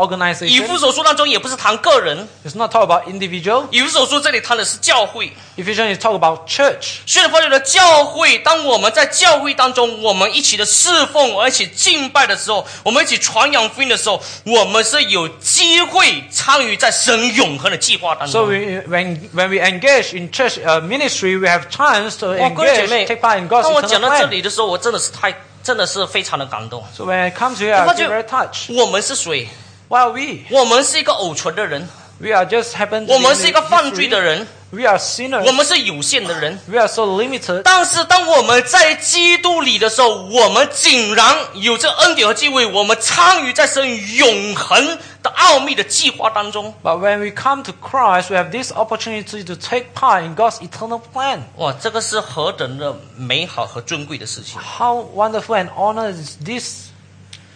Speaker 1: 以父
Speaker 2: organization.
Speaker 1: 所书当中也不是谈个人，
Speaker 2: It's not talk about individual.
Speaker 1: 以父所书这里谈的是教会。
Speaker 2: Ephesians is talk about church.
Speaker 1: 所以你发觉了教会，当我们在教会当中，我们一起的侍奉，而且敬拜的时候，我们一起传扬福音的时候，我们是有机会参与在神永恒的计划当
Speaker 2: So
Speaker 1: 中。
Speaker 2: we, when when we engage in church uh, ministry, we have chance to
Speaker 1: 哇，各位姐
Speaker 2: engage,
Speaker 1: 妹，
Speaker 2: take part in God's
Speaker 1: 当我讲
Speaker 2: eternal
Speaker 1: 到这
Speaker 2: plan.
Speaker 1: 里的时候，我真的是太，真的是非常的感动。
Speaker 2: So when I come to here, I
Speaker 1: 我发
Speaker 2: feel
Speaker 1: 觉
Speaker 2: very touched.
Speaker 1: 我们是谁？
Speaker 2: What are we?
Speaker 1: 我们是一个偶存的人，
Speaker 2: We are just happen to
Speaker 1: 我
Speaker 2: be in
Speaker 1: 们是一个犯
Speaker 2: history.
Speaker 1: 罪的人，
Speaker 2: We are sinners.
Speaker 1: 我们是有限的人。
Speaker 2: We are so limited.
Speaker 1: 但是当我们在基督里的时候，我们竟然有这恩典和地位，我们参与在神永恒的奥秘的计划当中。
Speaker 2: But when we come to Christ, we have this opportunity to take part in God's eternal plan.
Speaker 1: 哇，这个是何等的美好和尊贵的事情！
Speaker 2: How wonderful and honor is this?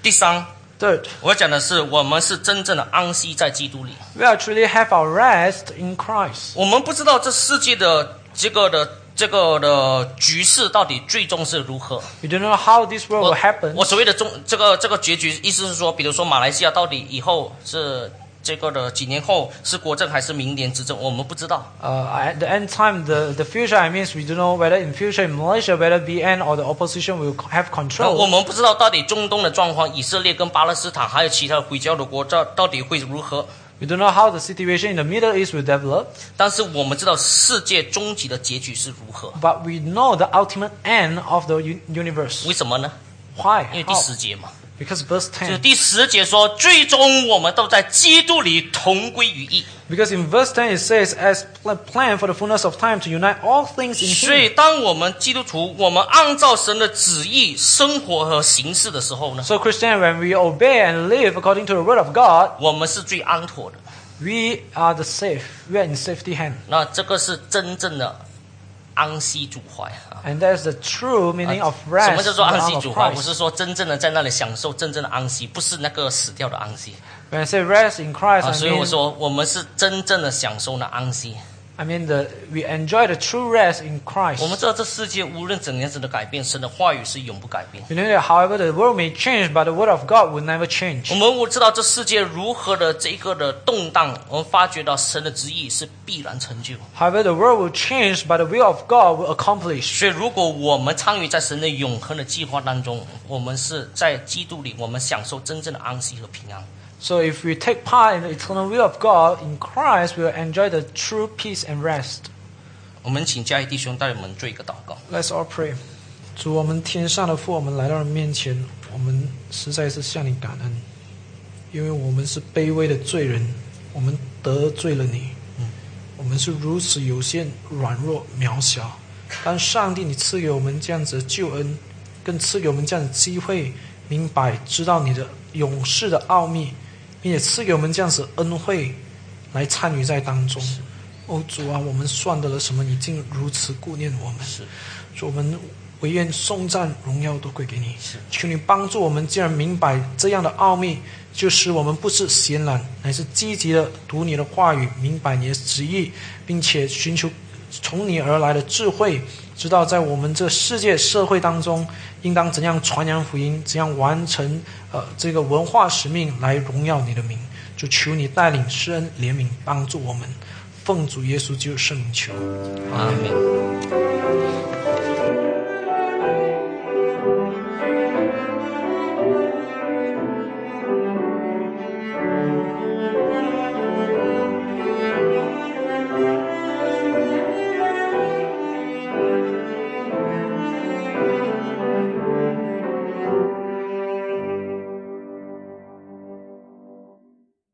Speaker 1: 第三，
Speaker 2: Third,
Speaker 1: 我要讲的是，我们是真正的安息在基督里。
Speaker 2: we actually have our rest in Christ.
Speaker 1: 我们不知道这世界的这个的这个的局势到底最终是如何。
Speaker 2: We don't know how this world
Speaker 1: 我
Speaker 2: will happen.
Speaker 1: 我所谓的中这个这个结局，意思是说，比如说马来西亚到底以后是这个的几年后是国政还是明年执政，我们不知道。
Speaker 2: Uh, at the end time, the, the future, I mean, we don't know whether in future in Malaysia, whether BN or the opposition will co- have
Speaker 1: 那我
Speaker 2: control.
Speaker 1: 们不知道到底中东的状况，以色列跟巴勒斯坦还有其他回教的国家到底会如何。
Speaker 2: We don't know how the situation in the Middle East will develop,
Speaker 1: 但是我们知道世界终极的结局是如何，
Speaker 2: but we know the ultimate end of the u- universe.
Speaker 1: 为什么呢？
Speaker 2: Why?
Speaker 1: 因为第
Speaker 2: How?
Speaker 1: 十节嘛，
Speaker 2: Because verse
Speaker 1: 就是
Speaker 2: 10.
Speaker 1: 第十节说，最终我们都在基督里同归于一。
Speaker 2: Because in verse 10 it says, as pl- plan for the fullness of time to unite all things in
Speaker 1: 所以，
Speaker 2: him.
Speaker 1: 当我们基督徒，我们按照神的旨意生活和行事的时候呢，
Speaker 2: So Christian, when we obey and live according to the word of God,
Speaker 1: 我们是最安妥的。
Speaker 2: we are the safe. We are in safety hand.
Speaker 1: 那这个是真正的安息主怀啊！
Speaker 2: And that's the true meaning of
Speaker 1: 什
Speaker 2: rest.
Speaker 1: 么
Speaker 2: in
Speaker 1: 叫做
Speaker 2: the
Speaker 1: 安
Speaker 2: arm
Speaker 1: 息
Speaker 2: of
Speaker 1: 主怀？我
Speaker 2: Christ.
Speaker 1: 是说真正的在那里享受真正的安息，不是那个死掉的安息
Speaker 2: When I say rest in Christ,
Speaker 1: 啊！
Speaker 2: I
Speaker 1: 所以我
Speaker 2: mean,
Speaker 1: 说，我们是真正的享受那安息。
Speaker 2: I mean the, we enjoy the true rest in
Speaker 1: 我们
Speaker 2: Christ.
Speaker 1: 知道，这世界无论怎样子的改变，神的话语是永不改变。
Speaker 2: You know, that however, the world may change, but the word of God will never
Speaker 1: 我
Speaker 2: change.
Speaker 1: 们我知道这世界如何的这个的动荡，我们发觉到神的旨意是必然成就。
Speaker 2: However, the world will change, but the will of God will accomplish.
Speaker 1: 所以，如果我们参与在神的永恒的计划当中，我们是在基督里，我们享受真正的安息和平安。
Speaker 2: So if we take part in the eternal will of God in Christ, we will enjoy the true peace and rest.
Speaker 1: 我们请嘉义弟兄带我们做一个祷告。
Speaker 2: Let's all pray. 主，我们天上的父，我们来到你面前，我们实在是向你感恩，因为我们是卑微的罪人，我们得罪了你，我们是如此有限、软弱、渺小。但上帝，你赐给我们这样子的救恩，更赐给我们这样的机会，明白知道你的勇士的奥秘，并且赐给我们这样子的恩惠，来参与在当中。哦，主啊，我们算得了什么？你竟如此顾念我们。
Speaker 1: 是
Speaker 2: 主，我们唯愿颂赞荣耀都归给你。求你帮助我们，既然明白这样的奥秘，就使我们不是闲懒，乃是积极的读你的话语，明白你的旨意，并且寻求从你而来的智慧，知道在我们这世界社会当中，应当怎样传扬福音，怎样完成呃这个文化使命，来荣耀你的名。就求你带领施恩怜悯，帮助我们，奉主耶稣基督圣名求。
Speaker 1: 阿门。